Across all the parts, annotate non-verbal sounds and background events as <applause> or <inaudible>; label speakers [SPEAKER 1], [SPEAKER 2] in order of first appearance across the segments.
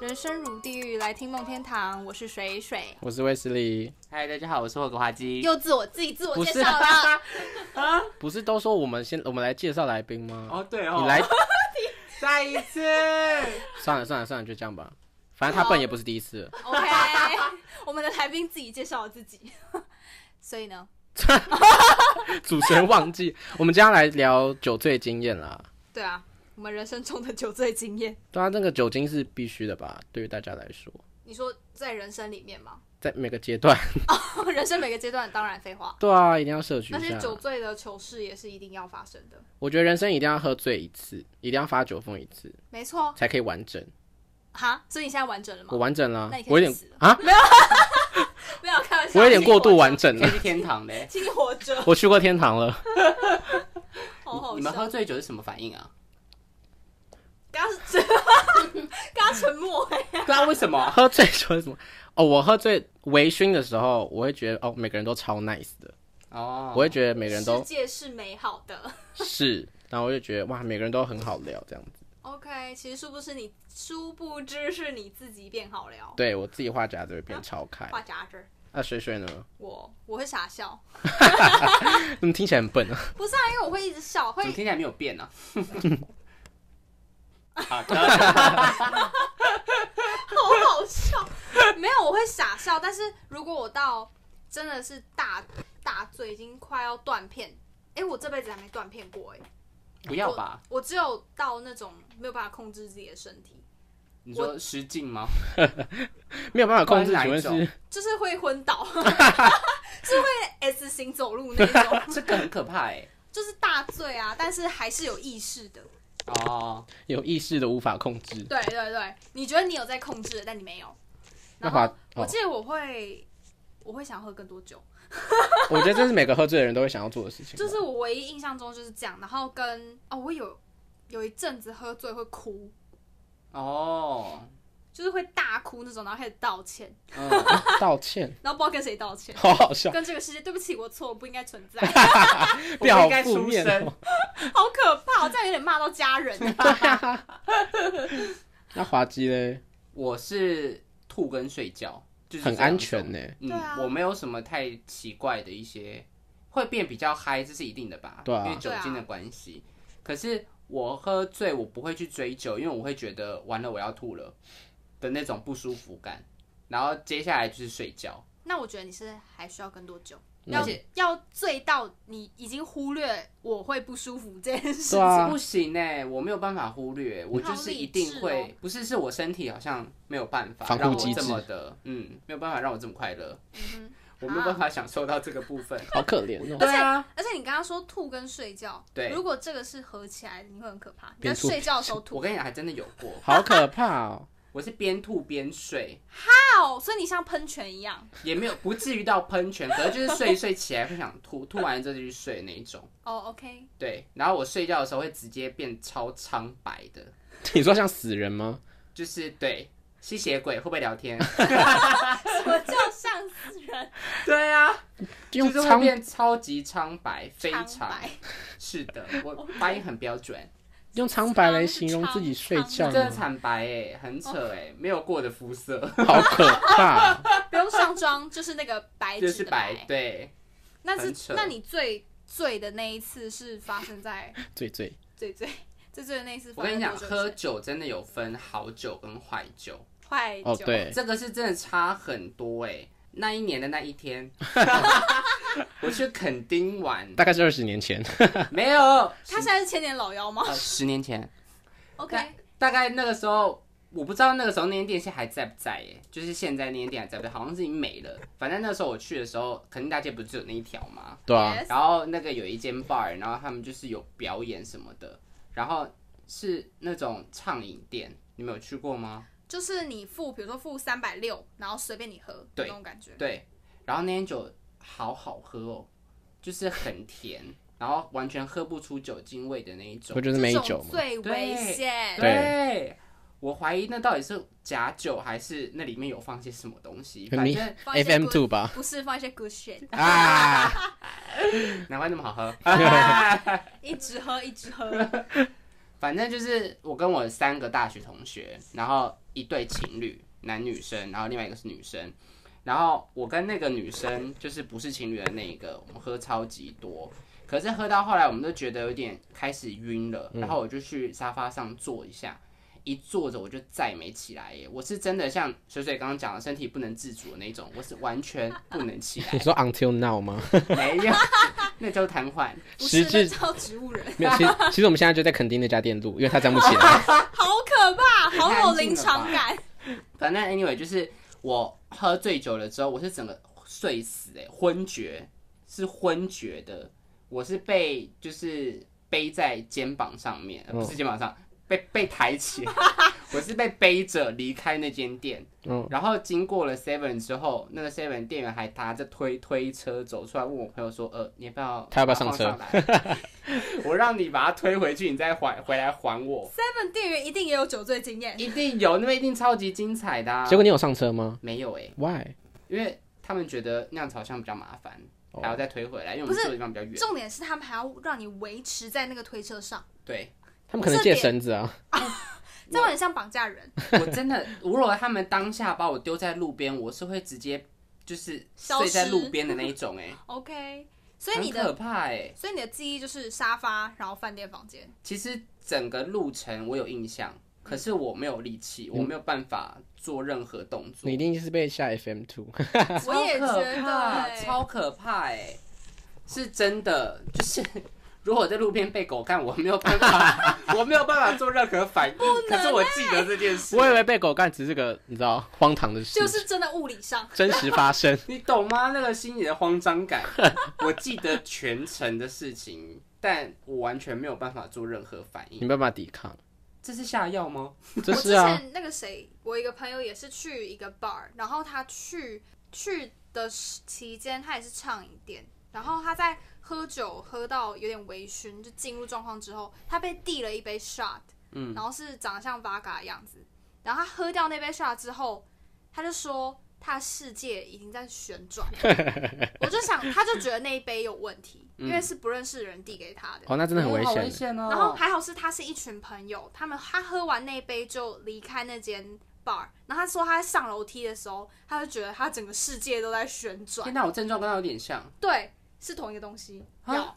[SPEAKER 1] 人生如地狱，来听梦天堂。我是水水，
[SPEAKER 2] 我是威斯利。
[SPEAKER 3] 嗨，大家好，我是霍格华基。
[SPEAKER 1] <laughs> 又自我自己自我
[SPEAKER 2] 不
[SPEAKER 1] 介
[SPEAKER 2] 是
[SPEAKER 1] 绍了。
[SPEAKER 3] 啊，
[SPEAKER 2] 不是都说我们先我们来介绍来宾吗？
[SPEAKER 3] 哦对哦，
[SPEAKER 2] 你来，
[SPEAKER 3] <laughs> 再一 <laughs> 次，
[SPEAKER 2] 算了算了算了，就这样吧。反正他笨也不是第一次了。
[SPEAKER 1] <laughs> OK，我们的来宾自己介绍了自己， <laughs> 所以呢，
[SPEAKER 2] 主持人忘记，我们今天要来聊酒醉经验啦。
[SPEAKER 1] 对啊，我们人生中的酒醉经验。
[SPEAKER 2] 对啊，那个酒精是必须的吧？对于大家来说，
[SPEAKER 1] 你说在人生里面吗？
[SPEAKER 2] 在每个阶段，
[SPEAKER 1] <laughs>
[SPEAKER 2] <laughs>
[SPEAKER 1] 人生每个阶段当然废话，
[SPEAKER 2] 对啊，一定要摄取
[SPEAKER 1] 但
[SPEAKER 2] 一
[SPEAKER 1] 是
[SPEAKER 2] 下。
[SPEAKER 1] 酒醉的糗事也是一定要发生的。
[SPEAKER 2] 我觉得人生一定要喝醉一次，一定要发酒疯一次，
[SPEAKER 1] 没错，
[SPEAKER 2] 才可以完整。
[SPEAKER 1] 哈，所以你现在完整了吗
[SPEAKER 2] 我？完整了
[SPEAKER 1] 那你，可以
[SPEAKER 2] 我
[SPEAKER 1] 去
[SPEAKER 2] 有点
[SPEAKER 1] 死
[SPEAKER 2] 啊，
[SPEAKER 1] 没有，开玩笑，
[SPEAKER 2] 我有点过度完
[SPEAKER 1] <laughs>
[SPEAKER 2] 整
[SPEAKER 3] 可以
[SPEAKER 2] 了。
[SPEAKER 3] 去天堂嘞。
[SPEAKER 1] 请你活着，请你活着，
[SPEAKER 2] 我去过天堂了， <laughs>
[SPEAKER 1] 好好
[SPEAKER 3] 你们
[SPEAKER 1] 笑
[SPEAKER 3] 喝。醉酒是什么反应
[SPEAKER 1] <laughs>
[SPEAKER 3] 啊？
[SPEAKER 1] 刚刚是 <laughs> 刚刚沉默哎、
[SPEAKER 3] 对啊，为什么？
[SPEAKER 2] 喝醉酒是什么？哦，我喝醉微醺的时候，我会觉得哦，每个人都超 nice 的，
[SPEAKER 3] 哦，
[SPEAKER 2] 我会觉得每个人
[SPEAKER 1] 世
[SPEAKER 2] 都
[SPEAKER 1] 界是美好的。
[SPEAKER 2] 是，然后我就觉得哇，每个人都很好聊这样子。
[SPEAKER 1] OK，其实殊不知你，殊不知是你自己变好聊，
[SPEAKER 2] 对我自己话匣子会变超开。
[SPEAKER 1] 话夹着
[SPEAKER 2] 那水水呢？
[SPEAKER 1] 我，我会傻笑，
[SPEAKER 2] 怎么听起来很笨啊？ <laughs>
[SPEAKER 1] 不是啊，因为我会一直笑，
[SPEAKER 3] 怎么
[SPEAKER 1] 会
[SPEAKER 3] 听起来没有变啊呢？ <laughs> 好的，
[SPEAKER 1] 好好笑，没有，我会傻笑，但是如果我到真的是大大醉，已经快要断片，哎、我这辈子还没断片过、哎，
[SPEAKER 3] 不要吧？
[SPEAKER 1] 我只有到那种没有办法控制自己的身体，
[SPEAKER 3] 你说失禁吗？
[SPEAKER 2] 没有办法控制，
[SPEAKER 3] 不
[SPEAKER 2] 请
[SPEAKER 3] 然哪
[SPEAKER 2] 问
[SPEAKER 3] 一种
[SPEAKER 2] 是
[SPEAKER 1] 就是会昏倒， <laughs> 是会 S 型走路那种，
[SPEAKER 3] 这个很可怕哎。
[SPEAKER 1] 就是大醉啊，但是还是有意识的。
[SPEAKER 3] <laughs> 哦，
[SPEAKER 2] 有意识的无法控制？
[SPEAKER 1] 对对对，你觉得你有在控制，但你没有。
[SPEAKER 2] 那
[SPEAKER 1] 然
[SPEAKER 2] 华
[SPEAKER 1] 后，我
[SPEAKER 2] 哦
[SPEAKER 1] 记得我会，我会想喝更多酒，
[SPEAKER 2] 我觉得这是每个喝醉的人都会想要做的事
[SPEAKER 3] <laughs>
[SPEAKER 2] 情吧。
[SPEAKER 1] 就是我唯一印象中就是这样。然后跟哦，我有有一阵子喝醉会哭，
[SPEAKER 3] 哦，
[SPEAKER 1] 就是会大哭那种，然后开始道歉，
[SPEAKER 3] 嗯，
[SPEAKER 2] 道
[SPEAKER 3] <laughs>
[SPEAKER 2] 歉，
[SPEAKER 1] 然后不知道跟谁道歉，
[SPEAKER 2] 好好笑，
[SPEAKER 1] 跟这个世界对不起，我错，我不应该存在，
[SPEAKER 3] 我
[SPEAKER 2] 变
[SPEAKER 3] 不
[SPEAKER 2] 好
[SPEAKER 3] 应该
[SPEAKER 2] 负
[SPEAKER 3] 出
[SPEAKER 2] 面
[SPEAKER 3] 声
[SPEAKER 2] 哦。
[SPEAKER 1] 好可怕，我这样有点骂到家
[SPEAKER 2] <laughs>
[SPEAKER 1] 人。
[SPEAKER 2] 那滑稽嘞，
[SPEAKER 3] 我是吐跟睡觉，就是
[SPEAKER 2] 很
[SPEAKER 3] 这两
[SPEAKER 2] 安
[SPEAKER 3] 种
[SPEAKER 2] 全呢。
[SPEAKER 3] 嗯，
[SPEAKER 1] 对啊
[SPEAKER 3] 我没有什么太奇怪的一些，会变比较嗨，这是一定的吧？
[SPEAKER 2] 对啊
[SPEAKER 3] 因为酒精的关系。可是我喝醉，我不会去追酒，因为我会觉得完了我要吐了的那种不舒服感。然后接下来就是睡觉，
[SPEAKER 1] 那我觉得你是还需要更多酒。
[SPEAKER 2] 嗯
[SPEAKER 1] 要要醉到你已经忽略我会不舒服这件事
[SPEAKER 2] 对啊嗯
[SPEAKER 3] 不行哎、我没有办法忽略，我就是一定
[SPEAKER 1] 好理
[SPEAKER 3] 会，
[SPEAKER 1] 智
[SPEAKER 3] 不是是我身体好像没有办法
[SPEAKER 2] 防护
[SPEAKER 3] 让我
[SPEAKER 2] 机
[SPEAKER 3] 这
[SPEAKER 2] 制
[SPEAKER 3] 么的，嗯，没有办法让我这么快乐，
[SPEAKER 1] 嗯
[SPEAKER 3] 我没有办法享受到这个部分。
[SPEAKER 2] 好可怜哦。
[SPEAKER 3] 对啊，
[SPEAKER 1] 哼，而且你刚刚说吐跟睡觉，
[SPEAKER 3] 对
[SPEAKER 1] 如果这个是合起来，你会很可怕。你在
[SPEAKER 2] 边吐
[SPEAKER 1] 睡觉的时候
[SPEAKER 3] <laughs> 我
[SPEAKER 1] 吐，
[SPEAKER 3] 跟你讲，还真的有过，
[SPEAKER 2] 好可怕哦！ <laughs>
[SPEAKER 3] 我是边吐边睡，
[SPEAKER 1] 哦，所以你像喷泉一样。
[SPEAKER 3] 也没有不至于到喷泉，可能就是睡一睡起来会想吐，吐完之后就去睡那一种。
[SPEAKER 1] 哦，OK，
[SPEAKER 3] <laughs> 对，然后我睡觉的时候会直接变超苍白的，
[SPEAKER 2] 你说像死人吗？
[SPEAKER 3] 就是对吸血鬼会不会聊天？
[SPEAKER 1] 我就像死人，
[SPEAKER 3] 对啊，就
[SPEAKER 2] 用
[SPEAKER 3] 是会
[SPEAKER 2] 苍
[SPEAKER 3] 变超级苍白，非
[SPEAKER 1] 苍
[SPEAKER 3] 常
[SPEAKER 1] 白，
[SPEAKER 3] 是的，我发音很标准，
[SPEAKER 2] 用苍白来形容自己睡觉
[SPEAKER 3] 真的
[SPEAKER 2] 吗？
[SPEAKER 3] 惨白哎、很扯哎、没有过的肤色
[SPEAKER 2] 好可怕！哦
[SPEAKER 1] 不用上妆，就是那个哎白
[SPEAKER 3] 就
[SPEAKER 1] 纸
[SPEAKER 3] 是
[SPEAKER 1] 的
[SPEAKER 3] 白，对，
[SPEAKER 1] 那
[SPEAKER 3] 很
[SPEAKER 1] 是
[SPEAKER 3] 扯
[SPEAKER 1] 那你最醉的那一次是发生在
[SPEAKER 2] 醉醉，
[SPEAKER 1] 最 <laughs> 醉最醉的那一次
[SPEAKER 3] 我
[SPEAKER 1] 发
[SPEAKER 3] 跟
[SPEAKER 1] 生
[SPEAKER 3] 你
[SPEAKER 1] 在多久以前？
[SPEAKER 3] 讲，喝酒真的有分好酒跟坏酒。
[SPEAKER 1] 坏酒
[SPEAKER 2] 哦对
[SPEAKER 3] 这个是真的差很多哎、那一年的那一天，我去垦丁玩，
[SPEAKER 2] 大概是二十年前，
[SPEAKER 3] 没有，呃
[SPEAKER 1] 他现在是千年老妖吗
[SPEAKER 3] 十年前，
[SPEAKER 1] ？OK，
[SPEAKER 3] 大概那个时候，我不知道那个时候那间店现在还在不在哎、就是现在那间店还在不在，好像是已经没了。反正那时候我去的时候，垦丁大街不是只有那一条吗？
[SPEAKER 2] <laughs> 对啊，
[SPEAKER 1] Yes
[SPEAKER 3] 然后那个有一间 bar，然后他们就是有表演什么的，然后是那种畅饮店，你们有去过吗？
[SPEAKER 1] 就是你付，比如说付三百六，然后随便你喝，
[SPEAKER 3] 对
[SPEAKER 1] 那种感觉。
[SPEAKER 3] 对，然后那天酒好好喝哦，就是很甜，然后完全喝不出酒精味的那一种
[SPEAKER 2] 不。就是
[SPEAKER 1] 这
[SPEAKER 2] 美
[SPEAKER 1] 种
[SPEAKER 2] 酒吗？
[SPEAKER 1] 最危险。
[SPEAKER 2] 对
[SPEAKER 3] 我怀疑那到底是假酒还是那里面有放些什么东西，
[SPEAKER 2] 很
[SPEAKER 3] 反
[SPEAKER 2] 迷
[SPEAKER 3] 正
[SPEAKER 1] 放一些
[SPEAKER 2] FM
[SPEAKER 1] <laughs>
[SPEAKER 2] two 吧？
[SPEAKER 1] 不是放一些 good
[SPEAKER 3] <laughs>
[SPEAKER 1] shit，
[SPEAKER 2] 啊，
[SPEAKER 3] 难怪那么好
[SPEAKER 2] <laughs>
[SPEAKER 3] 喝。 <laughs>
[SPEAKER 1] 一直喝一直喝。
[SPEAKER 3] 反正就是我跟我三个大学同学，然后一对情侣，男女生，然后另外一个是女生。然后我跟那个女生就是不是情侣的那一个，我们喝超级多，可是喝到后来我们都觉得有点开始晕了，然后我就去沙发上坐一下，一坐着我就再也没起来耶。我是真的像水水刚刚讲的，身体不能自主的那种，我是完全不能起来
[SPEAKER 2] 你，说 until now 吗？
[SPEAKER 3] 没有， <laughs> 那叫瘫痪。
[SPEAKER 1] 不是
[SPEAKER 2] 实
[SPEAKER 1] 那
[SPEAKER 2] 质
[SPEAKER 1] 叫植物人，
[SPEAKER 2] 没有，其实其实我们现在就在垦丁那家店录，因为他站不起 <laughs> 来。
[SPEAKER 1] 好可怕，
[SPEAKER 3] 啊太
[SPEAKER 1] 好有
[SPEAKER 3] 安静
[SPEAKER 1] 临
[SPEAKER 3] 了
[SPEAKER 1] 场
[SPEAKER 3] 吧
[SPEAKER 1] 感。
[SPEAKER 3] 反正 anyway 就是我喝醉酒了之后，我是整个睡死哎、昏厥是昏厥的，我是被就是背在肩膀上面，呃
[SPEAKER 2] 嗯
[SPEAKER 3] 不是肩膀上，被被抬
[SPEAKER 2] <laughs>
[SPEAKER 3] 起来，我是被背着离开那间店。
[SPEAKER 2] 嗯
[SPEAKER 3] 然后经过了 Seven 之后，那个 Seven 店员还拿着推推车走出来，问我朋友说：“呃，你要不要？”
[SPEAKER 2] 他要不要上车
[SPEAKER 3] 来？ <laughs> 我让你把他推回去，你再还回来还我。
[SPEAKER 1] Seven 店员一定也有酒醉经验，
[SPEAKER 3] 一定有，那边一定超级精彩的、啊。
[SPEAKER 2] 结果你有上车吗
[SPEAKER 3] 没有哎、
[SPEAKER 2] ？Why？
[SPEAKER 3] 因为他们觉得那样子好像比较麻烦，
[SPEAKER 2] 哦
[SPEAKER 3] 还要再推回来，因为我
[SPEAKER 1] 不
[SPEAKER 3] 们
[SPEAKER 1] 是
[SPEAKER 3] 住的地方比较远。
[SPEAKER 1] 重点是他们还要让你维持在那个推车上， <laughs>
[SPEAKER 3] 对，
[SPEAKER 2] 他们可能借绳子啊。
[SPEAKER 1] 这有点像绑架人，
[SPEAKER 3] 我真的，如果他们当下把我丢在路边，我是会直接就是
[SPEAKER 1] 消
[SPEAKER 3] 睡
[SPEAKER 1] 失
[SPEAKER 3] 在路边的那一种、欸，
[SPEAKER 1] OK，所
[SPEAKER 3] 哎，
[SPEAKER 1] 以
[SPEAKER 3] 很
[SPEAKER 1] 你
[SPEAKER 3] 可
[SPEAKER 1] 的
[SPEAKER 3] 怕哎、欸。
[SPEAKER 1] 所以你的记忆就是沙发，然后饭店房
[SPEAKER 3] <laughs>
[SPEAKER 1] 间。
[SPEAKER 3] 其实整个路程我有印象，可是我没有力气，我没有办法做任何动作
[SPEAKER 2] 你一。定是被下 FM two，
[SPEAKER 1] 我也觉
[SPEAKER 3] 超可
[SPEAKER 1] 得
[SPEAKER 3] 怕，
[SPEAKER 1] 欸
[SPEAKER 3] 超可怕哎、是真的，就是 <laughs> 如果我在路边被狗干，我没有办 <laughs> 法，我没有办法做任何反应。可是我记得这件事，
[SPEAKER 2] 我以为被狗干只是个你知道荒唐的事，
[SPEAKER 1] 就是真的物理上，
[SPEAKER 2] 真实发生。
[SPEAKER 3] 你懂吗？那个心里的慌张 <laughs> 感，我记得全程的事情，但我完全没有办法做任何反
[SPEAKER 2] <laughs> 你
[SPEAKER 3] 应。
[SPEAKER 2] 没办法抵抗，
[SPEAKER 3] 这是下药吗？
[SPEAKER 2] 这
[SPEAKER 1] 我
[SPEAKER 2] 是
[SPEAKER 1] 之
[SPEAKER 2] 啊，
[SPEAKER 1] 前那个谁，我一个朋友也是去一个 bar，然后他去去的时期间，他也是畅饮店，然后他在喝酒喝到有点微醺，就进入状况之后，他被递了一杯 shot，
[SPEAKER 3] 嗯，
[SPEAKER 1] 然后是长得像 v 嘎 g a 的样子，然后他喝掉那杯 shot 之后，他就说他的世界已经在旋转，
[SPEAKER 2] <laughs>
[SPEAKER 1] 我就想，他就觉得那一杯有问题，因
[SPEAKER 2] 嗯
[SPEAKER 1] 为是不认识的人递给他的，
[SPEAKER 2] 哦，那真的很危
[SPEAKER 3] 好
[SPEAKER 2] 险
[SPEAKER 3] 危。险哦。
[SPEAKER 1] 然后还好是他是一群朋友，他们他喝完那一杯就离开那间 bar，然后他说他上楼梯的时候，他就觉得他整个世界都在旋转
[SPEAKER 3] 天。哪，我症状跟他有点像，
[SPEAKER 1] 对，是同一个东西，
[SPEAKER 3] 啊
[SPEAKER 1] 药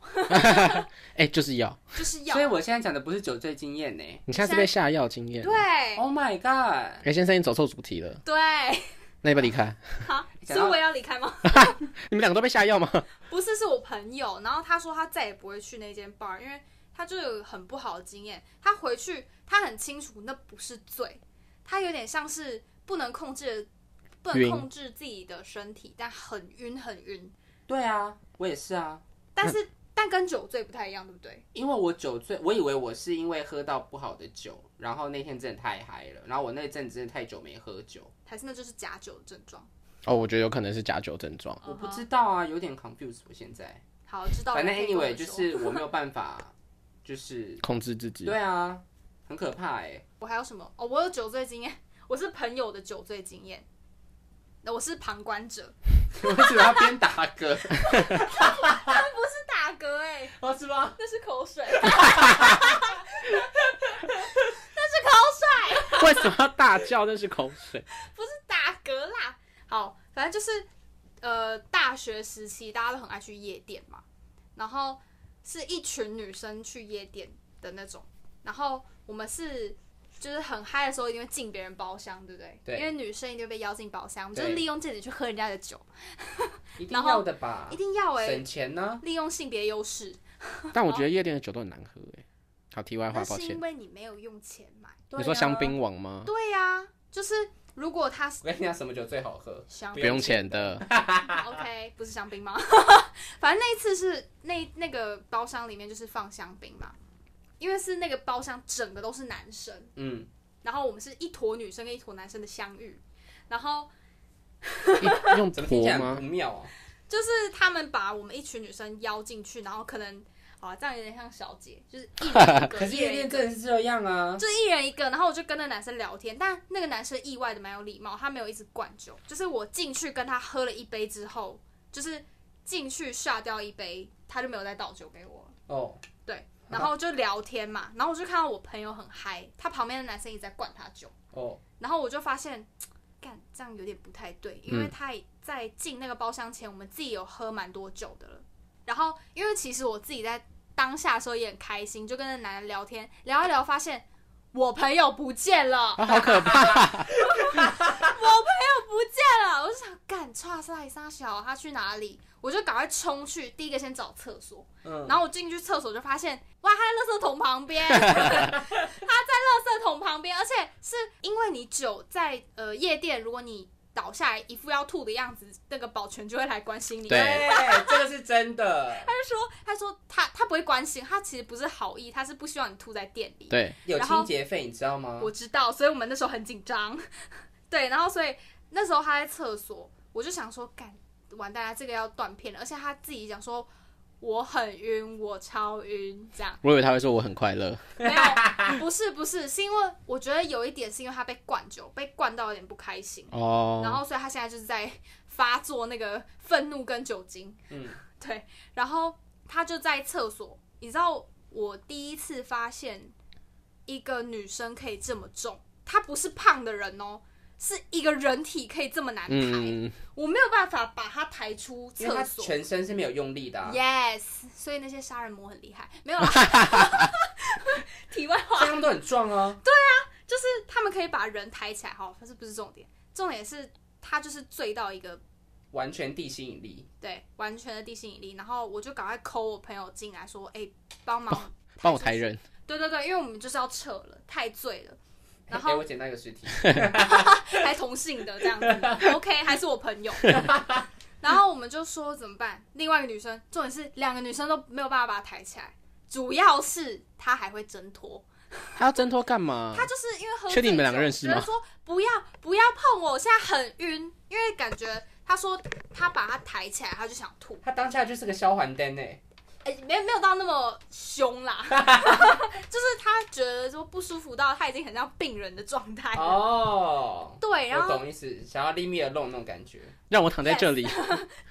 [SPEAKER 2] 哎，就是要，
[SPEAKER 1] 就是药
[SPEAKER 3] 所以。我现在讲的不是酒醉经验呢、欸
[SPEAKER 2] 你下次被下药经验。
[SPEAKER 1] 对
[SPEAKER 3] Oh my god！
[SPEAKER 2] 哎，先生，你走错主题了，
[SPEAKER 1] 对，
[SPEAKER 2] 那要不要离开？
[SPEAKER 1] 好，所
[SPEAKER 3] 讲
[SPEAKER 1] 以
[SPEAKER 3] 到
[SPEAKER 1] 我也要离开
[SPEAKER 3] <laughs>
[SPEAKER 1] 吗？
[SPEAKER 2] <laughs> 你们两个都被下药吗？
[SPEAKER 1] 不是，是我朋友。然后他说他再也不会去那间 bar，因为他就有很不好的经验。他回去，他很清楚那不是醉，他有点像是不能控制、不能
[SPEAKER 2] 晕
[SPEAKER 1] 控制自己的身体，但很晕很晕。
[SPEAKER 3] 对啊，我也是啊。
[SPEAKER 1] 但是、但跟酒醉不太一样，对不对？
[SPEAKER 3] 因为我酒醉，我以为我是因为喝到不好的酒，然后那天真的太嗨了，然后我那阵子真的太久没喝酒，
[SPEAKER 1] 还是那就是假酒的症状。
[SPEAKER 2] 哦，我觉得有可能是假酒症状。
[SPEAKER 1] 嗯哼
[SPEAKER 3] 我不知道啊，有点 confused。我现在，
[SPEAKER 1] 好，知道了。
[SPEAKER 3] 反正
[SPEAKER 1] 可以跟我
[SPEAKER 3] anyway
[SPEAKER 1] 说
[SPEAKER 3] 就是我没有办法， <laughs> 就是
[SPEAKER 2] 控制自己
[SPEAKER 3] 对，啊，很可怕哎、
[SPEAKER 1] 我还有什么？哦，我有酒醉经验， <laughs> 我是朋友的酒醉经验，那我是旁观者，
[SPEAKER 3] 我只要边打嗝，
[SPEAKER 1] <laughs> 不是打嗝哎、
[SPEAKER 3] 哦是吗？
[SPEAKER 1] 那是口水，那是口水，
[SPEAKER 2] <laughs> 为什么要大叫？那是口水。
[SPEAKER 1] 不是打嗝啦。好，反正就是呃，大学时期大家都很爱去夜店嘛，然后是一群女生去夜店的那种，然后我们是。就是很嗨的时候，一定会进别人包厢，对不对？
[SPEAKER 3] 对
[SPEAKER 1] 因为女生一定会被邀进包厢，我们就
[SPEAKER 3] 对
[SPEAKER 1] 利用这点去喝人家的酒，
[SPEAKER 3] 一定
[SPEAKER 1] 然后
[SPEAKER 3] 要的吧
[SPEAKER 2] 啊
[SPEAKER 1] 一，定要哎、
[SPEAKER 3] 省钱呢、
[SPEAKER 1] 利用性别优势。 <laughs>
[SPEAKER 2] 但我觉得夜店的酒都很难喝哎。好，题外话，
[SPEAKER 1] 那
[SPEAKER 2] 抱
[SPEAKER 1] 是
[SPEAKER 2] 歉
[SPEAKER 1] 因。为你没有用钱买。
[SPEAKER 3] 对啊。
[SPEAKER 2] 你说香？槟王吗？
[SPEAKER 1] 对啊呀、就是如果他是
[SPEAKER 3] 我跟你讲，什么酒最好喝？
[SPEAKER 1] 香
[SPEAKER 2] 不
[SPEAKER 1] 槟
[SPEAKER 2] 用
[SPEAKER 1] <laughs>
[SPEAKER 2] 钱的，
[SPEAKER 3] 啊
[SPEAKER 1] ，OK，不是香槟吗？ <laughs> 反正那一次是那那个包厢里面就是放香槟嘛，因为是那个包厢整个都是男生，
[SPEAKER 3] 嗯，
[SPEAKER 1] 然后我们是一坨女生跟一坨男生的相遇，然后
[SPEAKER 2] 用
[SPEAKER 3] 怎么听
[SPEAKER 2] 婆
[SPEAKER 3] 起来很不
[SPEAKER 2] 嗯吗？
[SPEAKER 3] 妙哦、
[SPEAKER 1] 就是他们把我们一群女生邀进去，然后可能啊这样有点像小姐，就是一
[SPEAKER 2] 啊
[SPEAKER 1] 人一个，
[SPEAKER 3] <laughs> 可是
[SPEAKER 1] 一
[SPEAKER 3] 夜
[SPEAKER 1] 人一
[SPEAKER 3] 店
[SPEAKER 1] 个
[SPEAKER 3] 真的是这样啊，
[SPEAKER 1] 就一人一个，然后我就跟那男生聊天，但那个男生意外的蛮有礼貌，他没有一直灌酒，就是我进去跟他喝了一杯之后，就是进去下掉一杯，他就没有再倒酒给我了。
[SPEAKER 3] 哦，
[SPEAKER 1] 对，然后就聊天嘛，然后我就看到我朋友很嗨，他旁边的男生一直在灌他酒，
[SPEAKER 3] 哦，
[SPEAKER 1] 然后我就发现，干这样有点不太对，因为他在进那个包厢前，我们自己有喝蛮多酒的了。然后因为其实我自己在当下的时候也很开心，就跟那男人聊天，聊一聊发现我朋友不见了，
[SPEAKER 2] 啊，好
[SPEAKER 1] <laughs>
[SPEAKER 2] 可怕！
[SPEAKER 1] 不见了，我就想干，叉赛沙小，他去哪里？我就赶快冲去，第一个先找厕所，
[SPEAKER 3] 嗯，
[SPEAKER 1] 然后我进去厕所就发现，哇，他在垃圾桶旁边， <laughs> 他在垃圾桶旁边，而且是因为你酒在呃夜店，如果你倒下来一副要吐的样子，那个保全就会来关心你。
[SPEAKER 2] 对
[SPEAKER 3] 对，这个是真的。
[SPEAKER 1] 他就说，他说他他不会关心，他其实不是好意，他是不希望你吐在店里。
[SPEAKER 2] 对，
[SPEAKER 3] 有
[SPEAKER 1] 然后
[SPEAKER 3] 清洁费，你知道吗？
[SPEAKER 1] 我知道，所以我们那时候很紧张。 <laughs> 对，然后所以那时候他在厕所，我就想说，干完蛋了，这个要断片了。而且他自己讲说我很晕，我超晕，这样
[SPEAKER 2] 我以为他会说我很快乐，
[SPEAKER 1] <laughs> 没有，不是不是，是因为我觉得有一点是因为他被灌酒，被灌到有点不开心，然
[SPEAKER 2] 哦，
[SPEAKER 1] 后所以他现在就是在发作那个愤怒跟酒精。
[SPEAKER 3] 嗯，
[SPEAKER 1] 对，然后他就在厕所，你知道我第一次发现一个女生可以这么重，她不是胖的人哦，是一个人体可以这么难抬，
[SPEAKER 2] 嗯，
[SPEAKER 1] 我没有办法把她抬出
[SPEAKER 3] 因为他
[SPEAKER 1] 厕所。
[SPEAKER 3] 全身是没有用力
[SPEAKER 1] <laughs>
[SPEAKER 3] 的、啊，
[SPEAKER 1] Yes，所以那些杀人魔很厉害，没有啦。 <laughs> 题外话，
[SPEAKER 3] 这样都很壮哦。
[SPEAKER 1] 就是他们可以把人抬起来，好，这不是重点，重点是他就是醉到一个
[SPEAKER 3] 完全地心引力，
[SPEAKER 1] 对，完全的地心引力。然后我就赶快抠我朋友进来说：“哎、帮忙
[SPEAKER 2] 帮我抬人，
[SPEAKER 1] 对对对，因为我们就是要扯了，太醉
[SPEAKER 2] <laughs>
[SPEAKER 1] 了，然
[SPEAKER 3] 哎
[SPEAKER 1] 后
[SPEAKER 3] 我捡到一个尸体，
[SPEAKER 1] 还同性的这样
[SPEAKER 2] <laughs>
[SPEAKER 1] 子，OK，还是我朋友。然后我们就说怎么办？另外一个女生，重点是两个女生都没有办法把她抬起来，主要是她还会挣脱，
[SPEAKER 2] 他要挣脱干嘛
[SPEAKER 1] 她？就是因为喝
[SPEAKER 2] 嗯确定你们
[SPEAKER 1] 醉
[SPEAKER 2] 两个
[SPEAKER 1] 酒
[SPEAKER 2] 认
[SPEAKER 1] 觉
[SPEAKER 2] 识
[SPEAKER 1] 得
[SPEAKER 2] 吗
[SPEAKER 1] 说不要不要碰我，我现在很晕，因为感觉她说她把她抬起来，她就想吐。
[SPEAKER 3] 他当下就是个消环灯欸呢。
[SPEAKER 1] 哎、没没有到那么凶
[SPEAKER 2] <laughs>
[SPEAKER 1] 啦，就是他觉得说不舒服到他已经很像病人的状态了。
[SPEAKER 3] 哦，
[SPEAKER 1] 对，然
[SPEAKER 3] 我
[SPEAKER 1] 后
[SPEAKER 3] 懂意思，想要 leave me alone 那种感觉。
[SPEAKER 2] 让我躺在这里，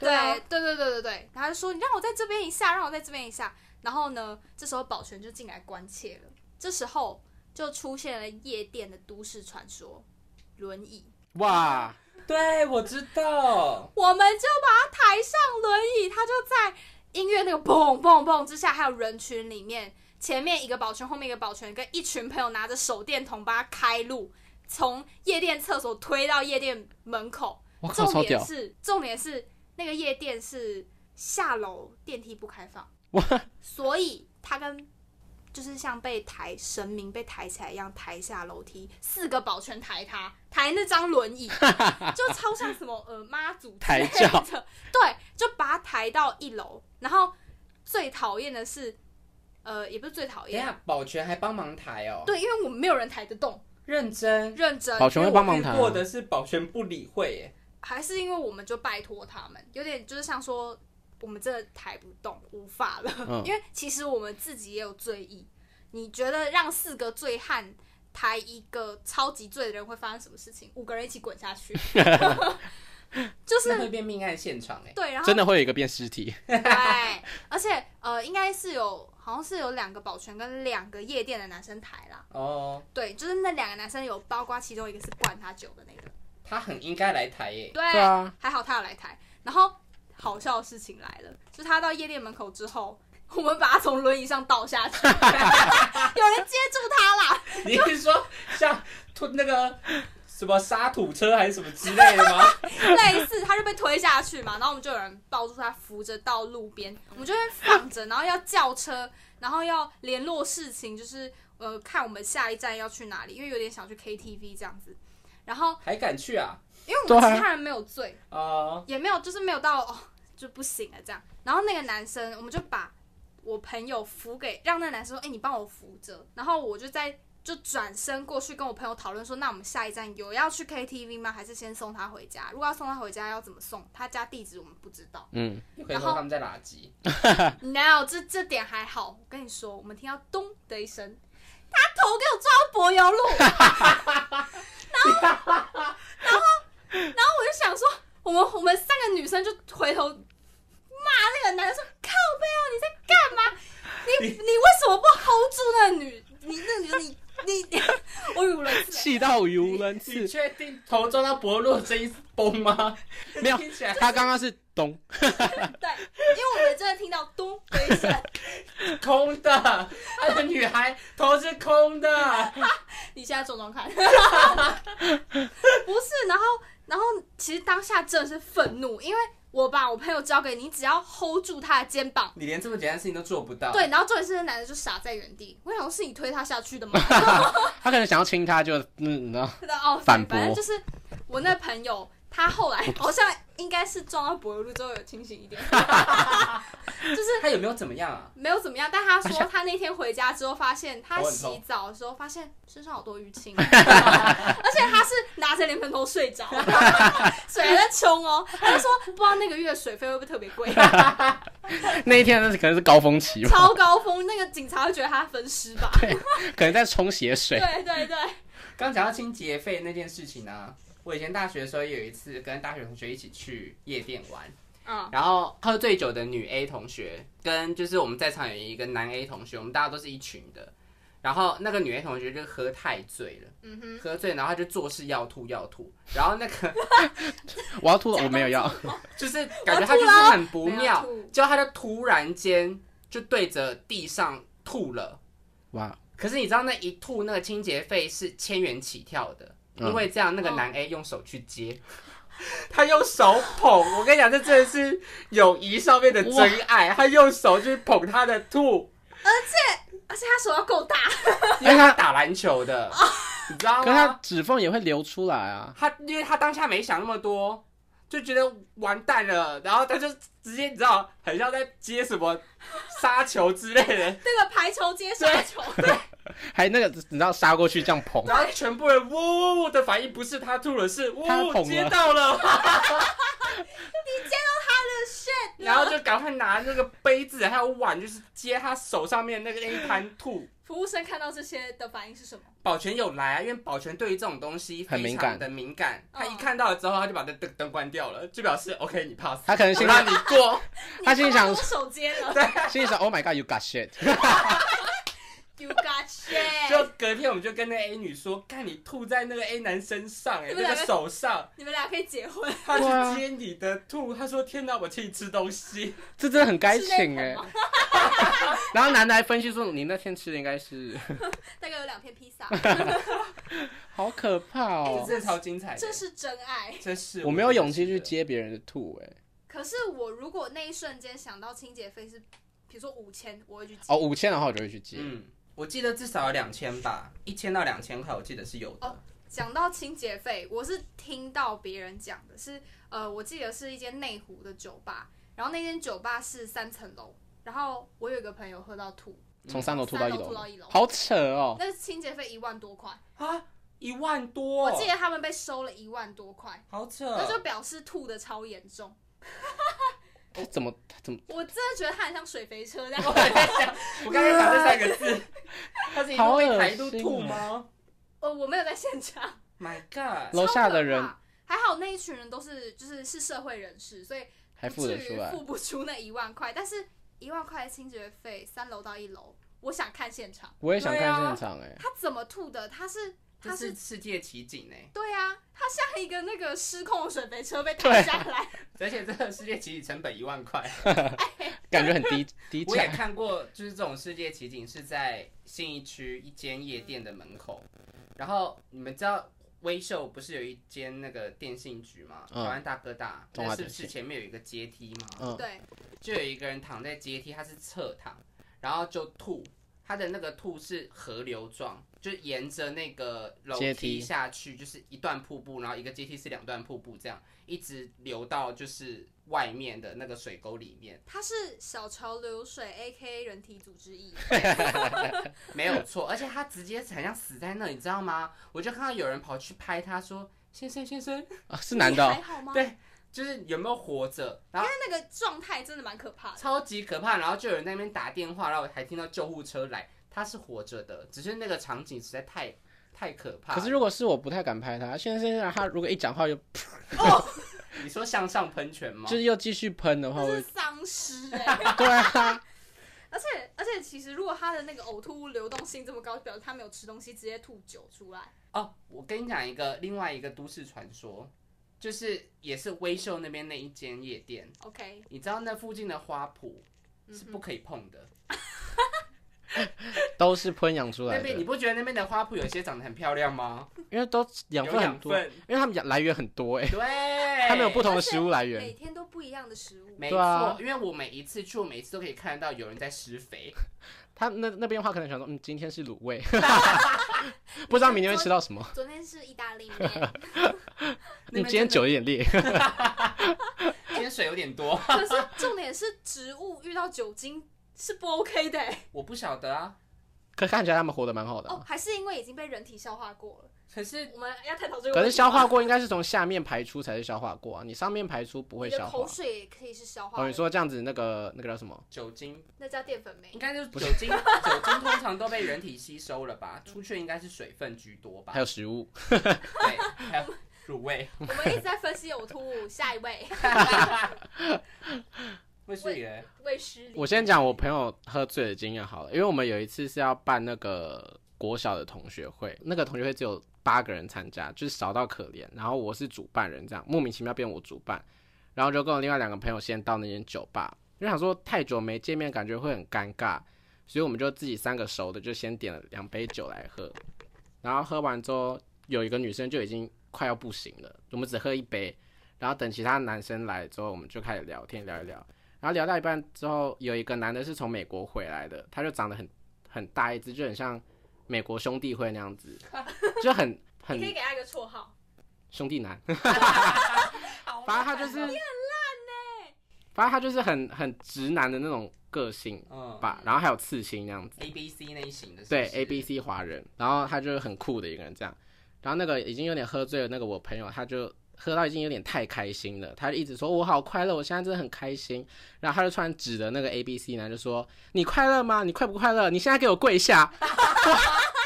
[SPEAKER 1] 对、
[SPEAKER 3] 啊
[SPEAKER 1] 对对对对对，然后他就说你让我在这边一下，让我在这边一下。然后呢，这时候保全就进来关切了。这时候就出现了夜店的都市传说——轮椅。
[SPEAKER 2] 哇，
[SPEAKER 3] 对，我知道。
[SPEAKER 1] 我们就把他抬上轮椅，他就在音乐那个砰砰砰之下，还有人群里面，前面一个保全，后面一个保全，跟一群朋友拿着手电筒帮他开路，从夜店厕所推到夜店门口。
[SPEAKER 2] 我靠，
[SPEAKER 1] 重
[SPEAKER 2] 超
[SPEAKER 1] 点
[SPEAKER 2] 屌，
[SPEAKER 1] 是，重点是那个夜店是下楼电梯不开放，
[SPEAKER 2] 哇，
[SPEAKER 1] 所以他跟就是像被抬神明被抬起来一样抬下楼梯，四个保全抬他，抬那张轮椅，就超像什么呃妈祖之类的
[SPEAKER 2] 抬轿，
[SPEAKER 1] 对，就把他抬到一楼。然后最讨厌的是，呃，也不是最讨
[SPEAKER 3] 等一
[SPEAKER 1] 厌，
[SPEAKER 3] 下，保全还帮忙抬哦。
[SPEAKER 1] 对，因为我们没有人抬得动，
[SPEAKER 3] 认真。
[SPEAKER 1] 认真，
[SPEAKER 2] 保全会帮忙抬啊
[SPEAKER 3] 因为我遇过的是保全不理会欸耶。
[SPEAKER 1] 还是因为我们就拜托他们，有点就是像说我们真的抬不动，无法了。
[SPEAKER 2] 嗯
[SPEAKER 1] 因为其实我们自己也有醉意，你觉得让四个醉汉抬一个超级醉的人会发生什么事情？五个人一起滚下
[SPEAKER 2] <laughs>
[SPEAKER 1] 去，就
[SPEAKER 3] 那会
[SPEAKER 1] 是
[SPEAKER 3] 变命案现场哎。
[SPEAKER 1] 对，然后
[SPEAKER 2] 真的会有一个变尸体，
[SPEAKER 1] 对，而且呃，应该是有好像是有两个保全跟两个夜店的男生抬啦，
[SPEAKER 3] 哦，
[SPEAKER 1] 对，就是那两个男生有包括其中一个是灌他酒的那个，
[SPEAKER 3] 他很应该来抬欸耶。
[SPEAKER 1] 对
[SPEAKER 2] 对啊，
[SPEAKER 1] 还好他有来台。然后好笑的事情来了，就是他到夜店门口之后， <laughs> 我们把他从轮椅上倒下去，
[SPEAKER 2] <laughs>
[SPEAKER 1] 有人接住他啦。
[SPEAKER 3] <laughs> 你是说像拖那个什么沙土车还是什么之类的吗？ <laughs>
[SPEAKER 1] 类似他就被推下去嘛，然后我们就有人抱住他，扶着到路边，我们就在放着，然后要叫车，然后要联络事情，就是呃看我们下一站要去哪里，因为有点想去 KTV 这样子。然后
[SPEAKER 3] 还敢去啊？
[SPEAKER 1] 因为我们
[SPEAKER 2] 对啊
[SPEAKER 1] 其他人没有醉，
[SPEAKER 3] 哦，
[SPEAKER 1] 也没有，就是没有到哦就不行了这样。然后那个男生，我们就把我朋友扶给，让那个男生说：“哎、你帮我扶着。”然后我就在就转身过去跟我朋友讨论说：“那我们下一站有要去 KTV 吗？还是先送他回家？如果要送他回家，要怎么送？他家地址我们不知道。
[SPEAKER 2] 嗯，
[SPEAKER 3] 一回头他们在垃圾。
[SPEAKER 1] No，这这点还好。我跟你说，我们听到咚的一声，他头给我撞到柏油路，然后，然后，然后我就想说，我们我们三个女生就回头骂那个男的说：“靠背哦，你在干嘛？”你为什么不 hold 住那女？你那个你你，你 <laughs> 我语无伦次。
[SPEAKER 2] 气到语无伦
[SPEAKER 3] 你
[SPEAKER 2] 次。
[SPEAKER 3] 确定头撞到伯乐这一崩 <laughs> 吗？
[SPEAKER 2] 没有
[SPEAKER 3] 听起来
[SPEAKER 2] 他刚刚是咚，
[SPEAKER 1] 对，因为我们真的听到咚的一声，
[SPEAKER 3] 空 <laughs> 的，他的女孩头是空的，
[SPEAKER 1] 你现在装装看， <laughs> 不是，然后然后其实当下真的是愤怒，因为我把我朋友交给你，只要 hold 住他的肩膀，
[SPEAKER 3] 你连这么简单的事情都做不到。，
[SPEAKER 1] 对，然后重点是那男的就傻在原地，我想说是你推他下去的 <laughs> 吗？
[SPEAKER 2] 他可能想要亲他就，嗯，你知道，
[SPEAKER 1] 哦，对
[SPEAKER 2] 反驳
[SPEAKER 1] 反正就是我那朋友，他后 <laughs> 来好像应该是撞到柏油路之后有清醒一 <laughs> 点，就是
[SPEAKER 3] 他有没有怎么样啊？
[SPEAKER 1] 没有怎么样。但他
[SPEAKER 2] <laughs>
[SPEAKER 1] 说他那天回家之后，发现他
[SPEAKER 3] 头很痛
[SPEAKER 1] 洗澡的时候发现身上好多淤
[SPEAKER 2] <laughs>
[SPEAKER 1] 青，而且他是拿着脸盆头睡着，水还在冲哦。他就说不知道那个月水费会不会特别
[SPEAKER 2] <laughs>
[SPEAKER 1] 贵，
[SPEAKER 2] 那一天那是可能是高峰期吧，
[SPEAKER 1] 超高峰，那个警察会觉得他分尸吧？
[SPEAKER 2] 可能在冲血水。
[SPEAKER 1] 对对对，
[SPEAKER 3] 刚讲到清洁费那件事情啊，我以前大学的时候也有一次跟大学同学一起去夜店玩，
[SPEAKER 1] 嗯
[SPEAKER 3] 然后喝醉酒的女 A 同学跟就是我们在场有一个男 A 同学，我们大家都是一群的。然后那个女 A 同学就喝太醉了，
[SPEAKER 1] 嗯哼，
[SPEAKER 3] 喝醉，然后她就做事要吐要吐，然后那个
[SPEAKER 2] 我要吐了，我没有要，
[SPEAKER 3] 就是感觉她就是很不
[SPEAKER 1] 没有
[SPEAKER 3] 妙
[SPEAKER 1] 吐，
[SPEAKER 3] 结果她就突然间就对着地上吐了。
[SPEAKER 2] 哇，
[SPEAKER 3] 可是你知道那一吐那个清洁费是千元起跳的，
[SPEAKER 2] 嗯
[SPEAKER 3] 因为这样那个男 A 用手去接， <laughs> 他用手捧，我跟你讲，这真的是友谊上面的真爱，他用手去捧他的吐，
[SPEAKER 1] 而且他手要够大，
[SPEAKER 3] 因为他打篮球 <laughs> 的，你知
[SPEAKER 1] 哦
[SPEAKER 3] 道
[SPEAKER 2] 可是他
[SPEAKER 3] 吗？
[SPEAKER 2] 指缝也会流出来啊。
[SPEAKER 3] 他因为他当下没想那么多。就觉得完蛋了，然后他就直接你知道，很像在接什么杀球之类的，
[SPEAKER 2] <laughs>
[SPEAKER 1] 那个排球接杀球，
[SPEAKER 2] 还那个你知道杀过去这样捧，
[SPEAKER 3] 然后全部人呜的反应不是他吐了，是呜
[SPEAKER 2] 他捧了
[SPEAKER 3] 接到了，
[SPEAKER 1] shit，
[SPEAKER 3] 然后就赶快拿那个杯子还有碗，就是接他手上面那个那一盘吐。
[SPEAKER 1] 服务生看到这些的反应是什么？
[SPEAKER 3] 保全有来啊，因为保全对于这种东西
[SPEAKER 2] 很
[SPEAKER 3] 非
[SPEAKER 2] 敏
[SPEAKER 3] 常
[SPEAKER 2] 感
[SPEAKER 3] 的敏感，
[SPEAKER 1] 嗯
[SPEAKER 3] 他一看到了之后，他就把灯灯灯关掉了，就表示 OK 你 pass，
[SPEAKER 2] 他可能
[SPEAKER 3] 我
[SPEAKER 2] 心
[SPEAKER 1] <laughs>
[SPEAKER 2] 里
[SPEAKER 3] 让你过。
[SPEAKER 2] 他心里想
[SPEAKER 1] 你他妈跟我手接了
[SPEAKER 2] 心里想 Oh my God, you got shit。
[SPEAKER 1] ，You got shit，
[SPEAKER 3] 就隔天我们就跟那个 A 女说，看你吐在那个 A 男身上、哎，
[SPEAKER 1] 你们
[SPEAKER 3] 那
[SPEAKER 1] 两
[SPEAKER 3] 个
[SPEAKER 1] 个
[SPEAKER 3] 手上，
[SPEAKER 1] 你们俩可以结婚，
[SPEAKER 3] 他
[SPEAKER 2] 对啊
[SPEAKER 3] 去接你的吐，他说天哪，我请你吃东西，
[SPEAKER 2] 这真的很该
[SPEAKER 1] 是那
[SPEAKER 2] 请哎、
[SPEAKER 1] 盆吗
[SPEAKER 2] <laughs> 然后男的还分析说，你那天吃的应该是，
[SPEAKER 1] 大概有两片披萨，
[SPEAKER 2] 好可怕
[SPEAKER 3] 这
[SPEAKER 1] 哎
[SPEAKER 2] 哦！
[SPEAKER 3] 真的超精彩的，
[SPEAKER 1] 这是真爱。
[SPEAKER 3] 这是
[SPEAKER 2] 我没有勇气去
[SPEAKER 3] 接。
[SPEAKER 2] 接别人的吐哎、
[SPEAKER 1] 可是我如果那一瞬间想到清洁费是，比如说五千，我会去结。
[SPEAKER 2] 哦，五千的话我就会去接。
[SPEAKER 3] 嗯，我记得至少有两千吧，一千到两千块，我记得是有的。
[SPEAKER 1] 哦讲到清洁费，我是听到别人讲的是，呃，我记得是一间内湖的酒吧，然后那间酒吧是三层楼，然后我有一个朋友喝到吐，
[SPEAKER 2] 从三楼吐到一
[SPEAKER 1] 三楼吐到一
[SPEAKER 2] 楼
[SPEAKER 1] 楼，
[SPEAKER 2] 好扯哦！
[SPEAKER 1] 那清洁费一万多块，
[SPEAKER 3] 啊，一万多，
[SPEAKER 1] 我记得他们被收了一万多块，
[SPEAKER 3] 好扯。
[SPEAKER 1] 那就表示吐的超严重。
[SPEAKER 2] 他怎么他怎么
[SPEAKER 1] 我真的觉得他很像水肥车这样，
[SPEAKER 3] 我在
[SPEAKER 2] <laughs>
[SPEAKER 3] 想，我刚才讲这三
[SPEAKER 1] <laughs>
[SPEAKER 3] 个字，他是一路被抬一路吐吗
[SPEAKER 1] 呃，我没有在现场，
[SPEAKER 3] ？My God！
[SPEAKER 2] 楼下的人
[SPEAKER 1] 超可怕还好那一群人都是就是是社会人士，所以
[SPEAKER 2] 还
[SPEAKER 1] 不
[SPEAKER 2] 付
[SPEAKER 1] 至
[SPEAKER 2] 得
[SPEAKER 1] 于
[SPEAKER 2] 出来？
[SPEAKER 1] 付不出那一万块，但是一万块的清洁费，三楼到一楼，我想看现场，
[SPEAKER 2] 我也想
[SPEAKER 3] 对
[SPEAKER 2] 看
[SPEAKER 3] 啊
[SPEAKER 2] 现场哎、
[SPEAKER 1] 他怎么吐的？他是
[SPEAKER 3] 这
[SPEAKER 1] 他
[SPEAKER 3] 是
[SPEAKER 1] 是
[SPEAKER 3] 世界奇景呢、欸
[SPEAKER 1] 对啊，他像一个那个失控的水肥车被
[SPEAKER 2] 啊
[SPEAKER 1] 抬下来，
[SPEAKER 3] 而且这个世界奇景成本一万块。
[SPEAKER 2] 感觉很
[SPEAKER 1] <laughs>
[SPEAKER 2] 低低
[SPEAKER 3] 我也
[SPEAKER 2] 价。
[SPEAKER 3] 看过，就是这种世界奇景是在信义区一间夜店的门口，然后你们知道。微秀不是有一间那个电信局吗？台
[SPEAKER 2] 嗯
[SPEAKER 3] 湾大哥大，
[SPEAKER 2] 中华
[SPEAKER 3] 那是不
[SPEAKER 2] 电
[SPEAKER 3] 是
[SPEAKER 2] 信
[SPEAKER 3] 前面有一个阶梯吗？
[SPEAKER 2] 嗯，
[SPEAKER 1] 对，
[SPEAKER 3] 就有一个人躺在阶梯，他是侧躺，然后就吐，他的那个吐是河流状，就沿着那个楼
[SPEAKER 2] 阶
[SPEAKER 3] 梯
[SPEAKER 2] 梯
[SPEAKER 3] 下去，就是一段瀑布，然后一个阶梯是两段瀑布，这样一直流到就是外面的那个水沟里面，
[SPEAKER 1] 他是小桥流水 A K A 人体组织液，
[SPEAKER 3] 没有错，而且他直接很像死在那，你知道吗？我就看到有人跑去拍他说：“先生，先生，
[SPEAKER 2] 啊是男的
[SPEAKER 1] 你
[SPEAKER 2] 哦、
[SPEAKER 1] 还好吗？
[SPEAKER 3] 对就是有没有活着？”然后
[SPEAKER 1] 但那个状态真的蛮可怕的，
[SPEAKER 3] 超级可怕。然后就有人在那边打电话，然后还听到救护车来，他是活着的，只是那个场景实在太太可怕了。
[SPEAKER 2] 可是如果是我不太敢拍他，现在现在他如果一讲话又
[SPEAKER 1] 哦
[SPEAKER 3] 你说向上喷泉吗
[SPEAKER 2] 就？是又继续喷的话，
[SPEAKER 1] 那
[SPEAKER 2] 我 <laughs>
[SPEAKER 1] 是丧尸哎、
[SPEAKER 2] 对啊，
[SPEAKER 1] 而且而且，其实如果他的那个呕吐物流动性这么高，表示他没有吃东西，直接吐酒出来。
[SPEAKER 3] 哦，我跟你讲一个另外一个都市传说，就是也是威秀那边那一间夜店，
[SPEAKER 1] OK，嗯
[SPEAKER 3] 你知道那附近的花圃是不可以碰的。
[SPEAKER 2] 都是喷养出来
[SPEAKER 3] 那
[SPEAKER 2] 的
[SPEAKER 3] 边你，不觉得那边的花圃有些长得很漂亮吗？
[SPEAKER 2] 因为都养
[SPEAKER 3] 有
[SPEAKER 2] 分很多，
[SPEAKER 3] 分，
[SPEAKER 2] 因为他们养来源很多 <laughs> 哎、
[SPEAKER 3] 对，
[SPEAKER 2] 他们有不同的
[SPEAKER 1] 而且
[SPEAKER 2] 食物来源
[SPEAKER 1] 每。天都不一样的食物。
[SPEAKER 3] 没
[SPEAKER 2] 对啊
[SPEAKER 3] 错，因为我每一次去，我每一次都可以看得到有人在施肥。
[SPEAKER 2] 他那那边的话，可能想说，嗯，今天是卤味，不知道明天会吃到什么。
[SPEAKER 1] 昨天是意大利面，
[SPEAKER 2] <laughs>
[SPEAKER 1] <laughs>
[SPEAKER 2] 你今天酒有点烈，
[SPEAKER 3] 今天水有点多，
[SPEAKER 1] 可是重点是植物遇到酒精是不 OK 的、欸、
[SPEAKER 3] 我不晓得啊。
[SPEAKER 2] 可看起来他们活得蛮好的啊、
[SPEAKER 1] 哦，还是因为已经被人体消化过了。
[SPEAKER 3] 可是
[SPEAKER 1] 我们要探讨这个问题吗。
[SPEAKER 2] 可是消化过应该是从下面排出才是消化过啊，你上面排出不会
[SPEAKER 1] 你的
[SPEAKER 2] 消化
[SPEAKER 1] 口。水也可以是消化
[SPEAKER 2] 哦，
[SPEAKER 1] 的，
[SPEAKER 2] 你说这样子那个那个叫什么？
[SPEAKER 3] 酒精
[SPEAKER 1] 那叫淀粉酶
[SPEAKER 3] 应。该就是酒
[SPEAKER 2] <laughs>
[SPEAKER 3] 精，酒精通常都被人体吸收了吧？出去应该是水分居多吧
[SPEAKER 2] 还？有食物，
[SPEAKER 3] 对，还有乳
[SPEAKER 2] <laughs>
[SPEAKER 3] 味。
[SPEAKER 1] 我们一直在分析呕吐物，下一位 <laughs>
[SPEAKER 3] 为什么？
[SPEAKER 1] 喂失礼。
[SPEAKER 2] 我先讲我朋友喝醉的经验好了，因为我们有一次是要办那个国小的同学会，那个同学会只有八个人参加，就是少到可怜。然后我是主办人，这样莫名其妙变我主办，然后就跟我另外两个朋友先到那间酒吧，因为想说哎太久没见面，感觉会很尴尬，所以我们就自己三个熟的就先点了两杯酒来喝，然后喝完之后有一个女生就已经快要不行了，我们只喝一杯，然后等其他男生来之后，我们就开始聊天聊一聊。然后聊到一半之后，有一个男的是从美国回来的，他就长得很很大一只，就很像美国兄弟会那样
[SPEAKER 1] <laughs>
[SPEAKER 2] 子，就很很
[SPEAKER 1] 你可以给他一个绰号，
[SPEAKER 2] 兄弟男。
[SPEAKER 3] 好
[SPEAKER 2] 反正他就是
[SPEAKER 1] 欸
[SPEAKER 2] 反正他就是很很直男的那种个性
[SPEAKER 3] 嗯
[SPEAKER 2] 吧，然后还有刺青那样子。
[SPEAKER 3] ，A B C 那一型的是不
[SPEAKER 2] 对
[SPEAKER 3] 是，
[SPEAKER 2] A B C 华人，然后他就是很酷的一个人这样，然后那个已经有点喝醉了那个我朋友，他就喝到已经有点太开心了，他就一直说我好快乐，我现在真的很开心，然后他就突然指着那个 A B C 男就说你快乐吗？你快不快乐？你现在给我跪下！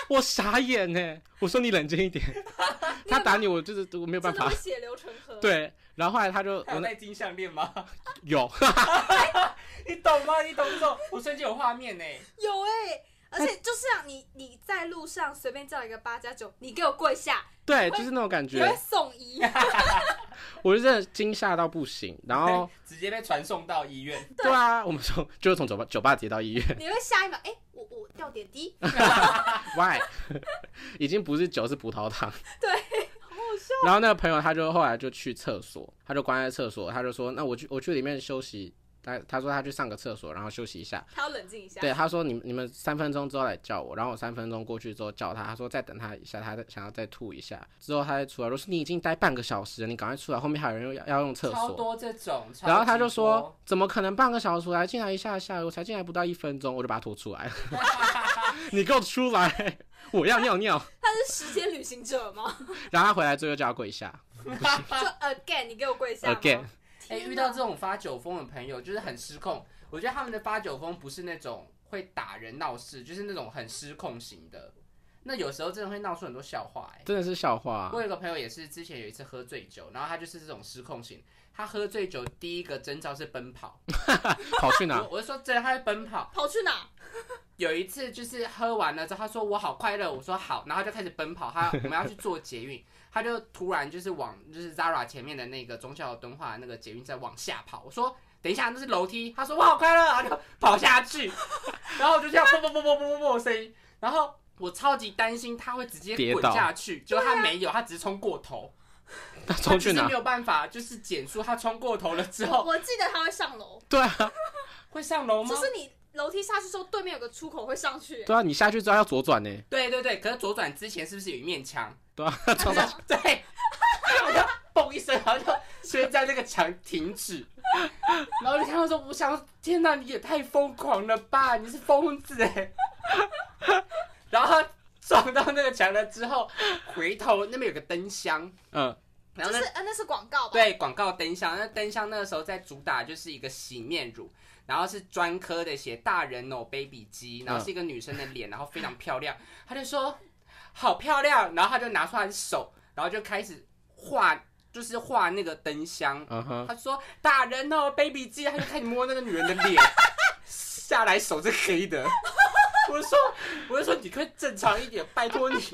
[SPEAKER 2] 我我傻眼呢，我说你冷静一点，他打你我就是我没有办
[SPEAKER 1] 真的
[SPEAKER 2] 法
[SPEAKER 3] <laughs>
[SPEAKER 1] 会，血流成河。，
[SPEAKER 2] 对，然后后来他就
[SPEAKER 3] 还有 <laughs>
[SPEAKER 2] 我那
[SPEAKER 3] 戴金项链吗？ <laughs>
[SPEAKER 2] 有，
[SPEAKER 3] 你懂吗？你懂不懂？我瞬间有画面呢。
[SPEAKER 1] 有哎、而且就像你你在路上随便叫一个八加九，你给我跪下，
[SPEAKER 2] 对，就是那种感
[SPEAKER 1] 你会
[SPEAKER 2] 觉，
[SPEAKER 1] 送医。
[SPEAKER 2] 我就真的惊吓到不行，然后
[SPEAKER 3] <laughs> 直接被传送到医院，
[SPEAKER 2] 对啊，我们从就是从酒吧酒吧直接到医院。
[SPEAKER 1] 你会下一秒，哎、我我掉点滴，
[SPEAKER 2] Why？已经不是酒，是葡萄
[SPEAKER 1] 好
[SPEAKER 2] 糖。
[SPEAKER 1] 好笑。
[SPEAKER 2] 然后那个朋友他就后来就去厕所，他就关在厕所，他就说：“那我去我去里面休息。”他他说他去上个厕所，然后休息一下。
[SPEAKER 1] 他要冷静一下。
[SPEAKER 2] 对，啊他说你你们三分钟之后来叫我，然后我三分钟过去之后叫他，他说再等他一下，他想要再吐一下，之后他再出来。我说你已经待半个小时了，你赶快出来，后面还有人要要用厕
[SPEAKER 3] 超
[SPEAKER 2] 所。
[SPEAKER 3] 多这种。超级
[SPEAKER 2] 然后他就说
[SPEAKER 3] 多，：“
[SPEAKER 2] 怎么可能半个小时来进来一下下？我才进来不到一分钟，我就把他拖出来。 <laughs> 你给我出来，我要尿尿。
[SPEAKER 1] 他是时间旅行者吗？”
[SPEAKER 2] 然后他回来之后就叫他跪下
[SPEAKER 1] 就 again，你给我跪下吗。
[SPEAKER 2] again。
[SPEAKER 3] <laughs> 哎、
[SPEAKER 1] 天哪
[SPEAKER 3] 遇到这种发酒疯的朋友，就是很失控。我觉得他们的发酒疯不是那种会打人闹事，就是那种很失控型的。那有时候真的会闹出很多笑话、哎。
[SPEAKER 2] 真的是笑话、啊
[SPEAKER 3] 我有一个朋友也是之前有一次喝醉酒，然后他就是这种失控型。他喝醉酒第一个征兆是奔跑，
[SPEAKER 2] 跑去哪
[SPEAKER 3] 我？我就说真的他会奔跑。
[SPEAKER 1] 跑去哪？
[SPEAKER 3] 有一次就是喝完了之后，他说我好快乐，我说好，然后他就开始奔跑，他 <laughs> 我们要去坐捷运，他就突然就是往就是 Zara 前面的那个中校敦化的那个捷运站往下跑，我说等一下那是楼梯，他说我好快乐，然后就跑下去， <laughs> 然后我就这样啵啵啵啵啵啵啵的声音，然后我超级担心他会直接
[SPEAKER 2] 跌
[SPEAKER 3] 滚
[SPEAKER 2] 倒
[SPEAKER 3] 下去，结果他没有，他只是冲过头，
[SPEAKER 2] <laughs> 他
[SPEAKER 3] 他
[SPEAKER 2] 啊冲
[SPEAKER 3] 只
[SPEAKER 2] 去
[SPEAKER 3] 是
[SPEAKER 2] 哪
[SPEAKER 3] 没？有办法就是减速，他冲过头了之
[SPEAKER 1] 我
[SPEAKER 3] 后
[SPEAKER 1] 我记得他会上楼，
[SPEAKER 2] 对啊，
[SPEAKER 3] 会上楼吗
[SPEAKER 1] 就？是你楼梯下去之后，对面有个出口会上去。
[SPEAKER 2] 对啊，你下去之后要左转呢。
[SPEAKER 3] 对对对，可是左转之前是不是有一面墙？
[SPEAKER 2] 对啊，
[SPEAKER 1] 真的
[SPEAKER 3] 对， <laughs> 然后我就嘣一声，然后就先在那个墙停止，然后就看到说，我想说，天哪，你也太疯狂了吧，你是疯子哎！ <laughs> 然后他撞到那个墙了之后，回头那边有个灯箱，
[SPEAKER 2] 嗯，
[SPEAKER 3] 然后
[SPEAKER 1] 就
[SPEAKER 3] 那
[SPEAKER 1] 是呃，那是广告吧？
[SPEAKER 3] 对广告灯箱，那灯箱那个时候在主打就是一个洗面乳。然后是专科的写大人哦 baby 肌，然后是一个女生的脸，然后非常漂亮。他就说好漂亮，然后他就拿出他的手，然后就开始画，就是画那个灯箱。
[SPEAKER 2] 嗯哼，
[SPEAKER 3] 他说大人哦 baby 肌，他就开始摸那个女人的脸，下来手是黑的。我就说，我就说你可以正常一点，拜托你，
[SPEAKER 1] 事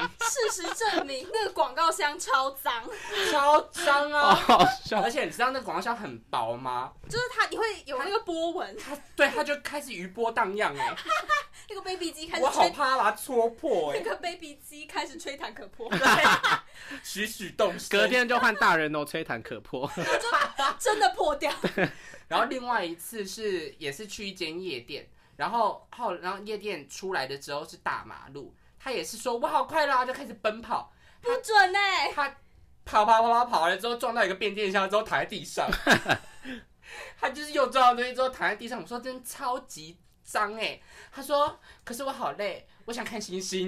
[SPEAKER 1] 实证明，那个广告箱超脏，
[SPEAKER 3] 超脏
[SPEAKER 2] 哦，
[SPEAKER 3] 啊！
[SPEAKER 2] 好笑
[SPEAKER 3] 而。且你知道那广告箱很薄吗？
[SPEAKER 1] 就是它你会有那个波纹，
[SPEAKER 3] 它对，它就开始余波荡漾哎、
[SPEAKER 1] 那个 baby 机开始
[SPEAKER 3] 我好
[SPEAKER 1] 吹，
[SPEAKER 3] 怕把它戳破哎、
[SPEAKER 1] 那个 baby 机开始吹弹可破，
[SPEAKER 3] 栩栩动生。
[SPEAKER 2] <laughs> 隔， <laughs> 天就换大人哦，吹弹可破。 <laughs>
[SPEAKER 1] <laughs> 真的破掉。
[SPEAKER 3] 然后另外一次是也是去一间夜店，然后后然后夜店出来的之后是大马路，他也是说我好快啦，就开始奔跑，
[SPEAKER 1] 不准哎、
[SPEAKER 3] 他跑跑跑跑跑完了之后撞到一个变电箱之后躺在地上， <laughs> 他就是又撞到东西之后躺在地上，我说真的超级脏哎、他说可是我好累，我想看星星，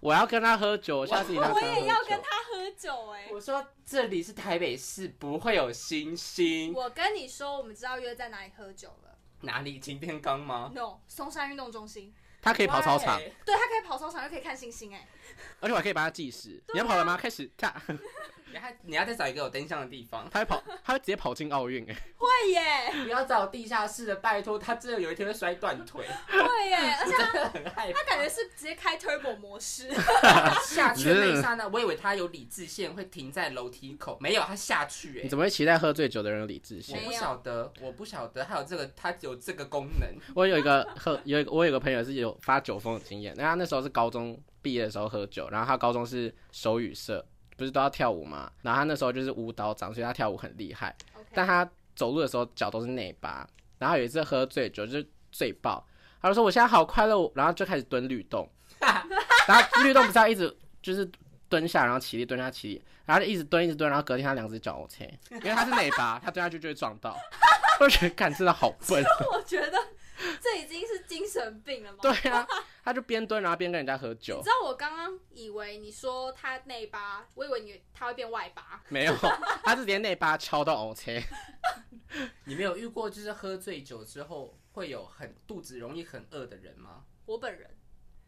[SPEAKER 2] 我要跟他喝酒，下次你要
[SPEAKER 1] 我也要
[SPEAKER 2] 跟
[SPEAKER 1] 跟
[SPEAKER 2] 他
[SPEAKER 1] 他喝酒哎、
[SPEAKER 3] 我说这里是台北市不会有星星，
[SPEAKER 1] 我跟你说，我们知道约在哪里喝酒了。
[SPEAKER 3] 哪里擎天岗吗？
[SPEAKER 1] No，松山运动中心，
[SPEAKER 2] 他可以跑操场，
[SPEAKER 3] Why？
[SPEAKER 1] 对他可以跑操场，又可以看星星哎、
[SPEAKER 2] 而且我还可以帮他计时。你要跑了吗？开始，他
[SPEAKER 3] 你还你要再找一个有灯箱的地方。
[SPEAKER 2] 他会跑，他会直接跑进奥运哎。
[SPEAKER 1] 会耶，
[SPEAKER 3] 不要找地下室的，拜托，他真的有一天会摔断 <laughs> 腿，
[SPEAKER 1] 会耶，而
[SPEAKER 3] 我
[SPEAKER 1] 且
[SPEAKER 3] 真的很害
[SPEAKER 1] 他感觉是直接开 turbo 模
[SPEAKER 3] <laughs>
[SPEAKER 1] 式，
[SPEAKER 3] 怕。下去的那一刹那，我以为他有理智线会停在楼梯口，没有，他下去、
[SPEAKER 2] 你
[SPEAKER 3] 欸，
[SPEAKER 2] 怎么会期待喝醉酒的人有理智性
[SPEAKER 3] 我？不晓得，我不晓得，他有这个，他有这个功能。
[SPEAKER 2] 我有一个喝，有一个我有一个朋友是有发酒疯的经验，那他那时候是高中毕业的时候喝酒，然后他高中是手语社，不是都要跳舞嘛，然后他那时候就是舞蹈长，所以他跳舞很厉害，但
[SPEAKER 1] OK，
[SPEAKER 2] 他走路的时候脚都是内八，然后有一次喝醉酒就是醉爆，他就说我现在好快乐哦，然后就开始蹲律
[SPEAKER 1] <laughs>
[SPEAKER 2] 动，然后律动不是要一直就是蹲下，然后起立，蹲下起立，然后就一直蹲一直蹲，然后隔天他两只脚 OK，因为他是内八，他蹲下去就会撞到， <laughs> 我就觉得干真的好
[SPEAKER 1] <laughs>
[SPEAKER 2] 笨。
[SPEAKER 1] 我觉得这已经是精神病了吗？
[SPEAKER 2] 对啊，他就边蹲然后边跟人家喝
[SPEAKER 1] 你
[SPEAKER 2] 酒
[SPEAKER 1] 知，道我刚刚以为你说他内八，我以为你他会变外八，
[SPEAKER 2] 没
[SPEAKER 1] <laughs>
[SPEAKER 2] 有，他是连内八敲到 OK，
[SPEAKER 3] 你没有遇过就是喝醉酒之后会有很肚子容易很饿的人吗？
[SPEAKER 1] 我本人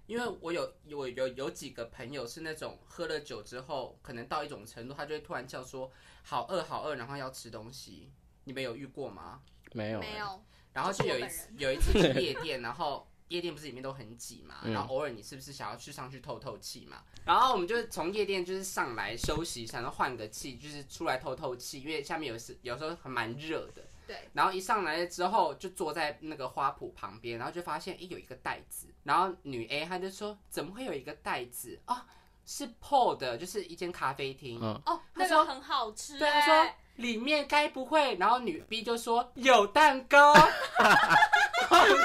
[SPEAKER 3] 因为我有我有有几个朋友是那种喝了酒之后，可能到一种程度，他就会突然叫说好饿好饿，然后要吃东西。你们有遇过吗？
[SPEAKER 2] 没有，
[SPEAKER 1] 没有，
[SPEAKER 3] 然后就有一次有一次去夜店，然后夜店不是里面都很挤嘛，
[SPEAKER 2] 嗯
[SPEAKER 3] 然后偶尔你是不是想要去上去透透气嘛？然后我们就是从夜店就是上来休息一下，然后换个气，就是出来透透气，因为下面有时有时候还蛮热的。
[SPEAKER 1] 对，
[SPEAKER 3] 然后一上来之后就坐在那个花圃旁边，然后就发现诶有一个袋子，然后女 A 她就说怎么会有一个袋子哦，是 PO 的，就是一间咖啡厅。
[SPEAKER 2] 嗯，
[SPEAKER 1] 哦，
[SPEAKER 3] 他
[SPEAKER 1] 那
[SPEAKER 3] 说
[SPEAKER 1] 个很好吃、欸，
[SPEAKER 3] 对，他说里面该不会，然后女 B 就说有蛋糕， <laughs> 我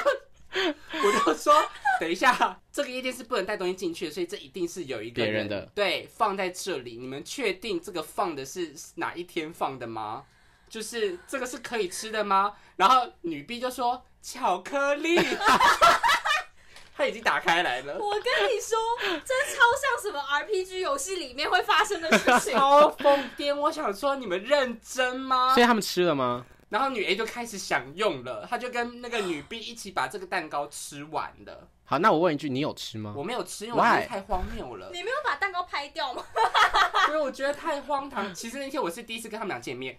[SPEAKER 3] 就说等一下，这个夜店是不能带东西进去的，所以这一定是有一个
[SPEAKER 2] 别人的
[SPEAKER 3] 对放在这里。你们确定这个放的是哪一天放的吗？就是这个是可以吃的吗？然后女 B 就说巧克力， <laughs> 他已经打开来了，
[SPEAKER 1] 我跟你说，这超像什么 RPG 游戏里面会发生的事
[SPEAKER 2] <laughs>
[SPEAKER 1] 情。
[SPEAKER 3] 超疯癫！我想说你们认真吗？
[SPEAKER 2] 所以他们吃了吗？
[SPEAKER 3] 然后女 A 就开始享用了，她就跟那个
[SPEAKER 2] <gasps>
[SPEAKER 3] 女 B 一起把这个蛋糕吃完了。
[SPEAKER 2] 好，那我问一句，你有吃吗？
[SPEAKER 3] 我没有吃，因为我觉
[SPEAKER 2] Why？
[SPEAKER 3] 得太荒谬
[SPEAKER 2] <laughs>
[SPEAKER 3] 了，
[SPEAKER 1] 你没有把蛋糕拍掉吗？
[SPEAKER 3] 因为我觉得太荒唐。其实那天我是第一次跟他们俩见面，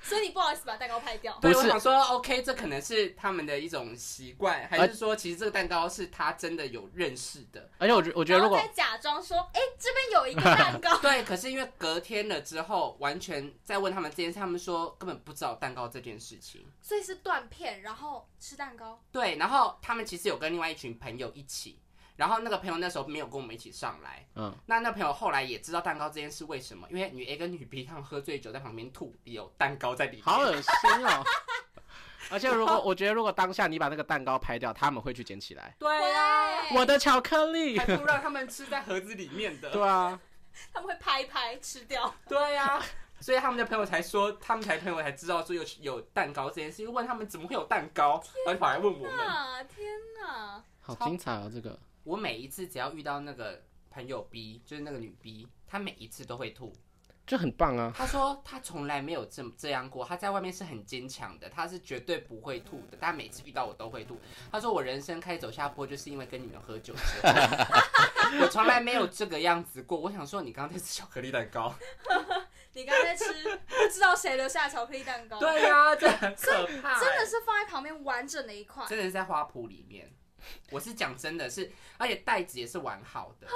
[SPEAKER 1] 所以你不好意思把蛋糕拍掉。
[SPEAKER 2] 不
[SPEAKER 3] 对，
[SPEAKER 2] 是
[SPEAKER 3] 我想说 OK，这可能是他们的一种习惯，
[SPEAKER 2] 呃
[SPEAKER 3] 还是说其实这个蛋糕是他真的有认识的？，
[SPEAKER 2] 而且我觉我觉得
[SPEAKER 1] 然
[SPEAKER 2] 如
[SPEAKER 1] 后
[SPEAKER 2] 果
[SPEAKER 1] 再假装说，哎、这边有一个蛋糕 <laughs>
[SPEAKER 3] 对，可是因为隔天了之后，完全在问他们这件事，他们说根本不知道蛋糕这件事情。
[SPEAKER 1] 所以是断片，然后吃蛋糕。
[SPEAKER 3] 对，然后他们其实有跟另外一群朋友一起，然后那个朋友那时候没有跟我们一起上来，
[SPEAKER 2] 嗯，
[SPEAKER 3] 那那朋友后来也知道蛋糕这件事为什么，因为女 A 跟女 B 他们喝醉酒在旁边吐，有蛋糕在里面。
[SPEAKER 2] 好恶心哦。而且如果我觉得如果当下你把那个蛋糕拍掉，他们会去捡起来。
[SPEAKER 3] 对啊，
[SPEAKER 1] 对
[SPEAKER 2] 我的巧克力
[SPEAKER 3] 还，不让他们吃在盒子里面的。
[SPEAKER 2] 对啊，
[SPEAKER 1] 他们会拍一拍吃掉。
[SPEAKER 3] 对啊，所以他们的朋友才说，他们才朋友才知道说有有蛋糕这件事，因为问他们怎么会有蛋糕，然后就跑来问我们。
[SPEAKER 1] 啊，天哪！
[SPEAKER 2] 好精彩哦，这个
[SPEAKER 3] 我每一次只要遇到那个朋友 B，就是那个女 B，她每一次都会吐。
[SPEAKER 2] 就很棒啊。
[SPEAKER 3] 她说她从来没有这么这样过，她在外面是很坚强的，她是绝对不会吐的。但每次遇到我都会吐。她说我人生开始走下坡，就是因为跟你们喝酒之后， <laughs> 我从来没有这个样子过。我想说你刚刚在吃巧克力蛋糕，
[SPEAKER 1] 你刚才吃不知道谁留下的巧克力蛋糕，，
[SPEAKER 3] <laughs> 对呀、这很可
[SPEAKER 2] 啊
[SPEAKER 3] 怕、欸
[SPEAKER 1] 真的是放在旁边完整的一块，
[SPEAKER 3] 真的是在花圃里面。我是讲真的是，而且袋子也是完好的，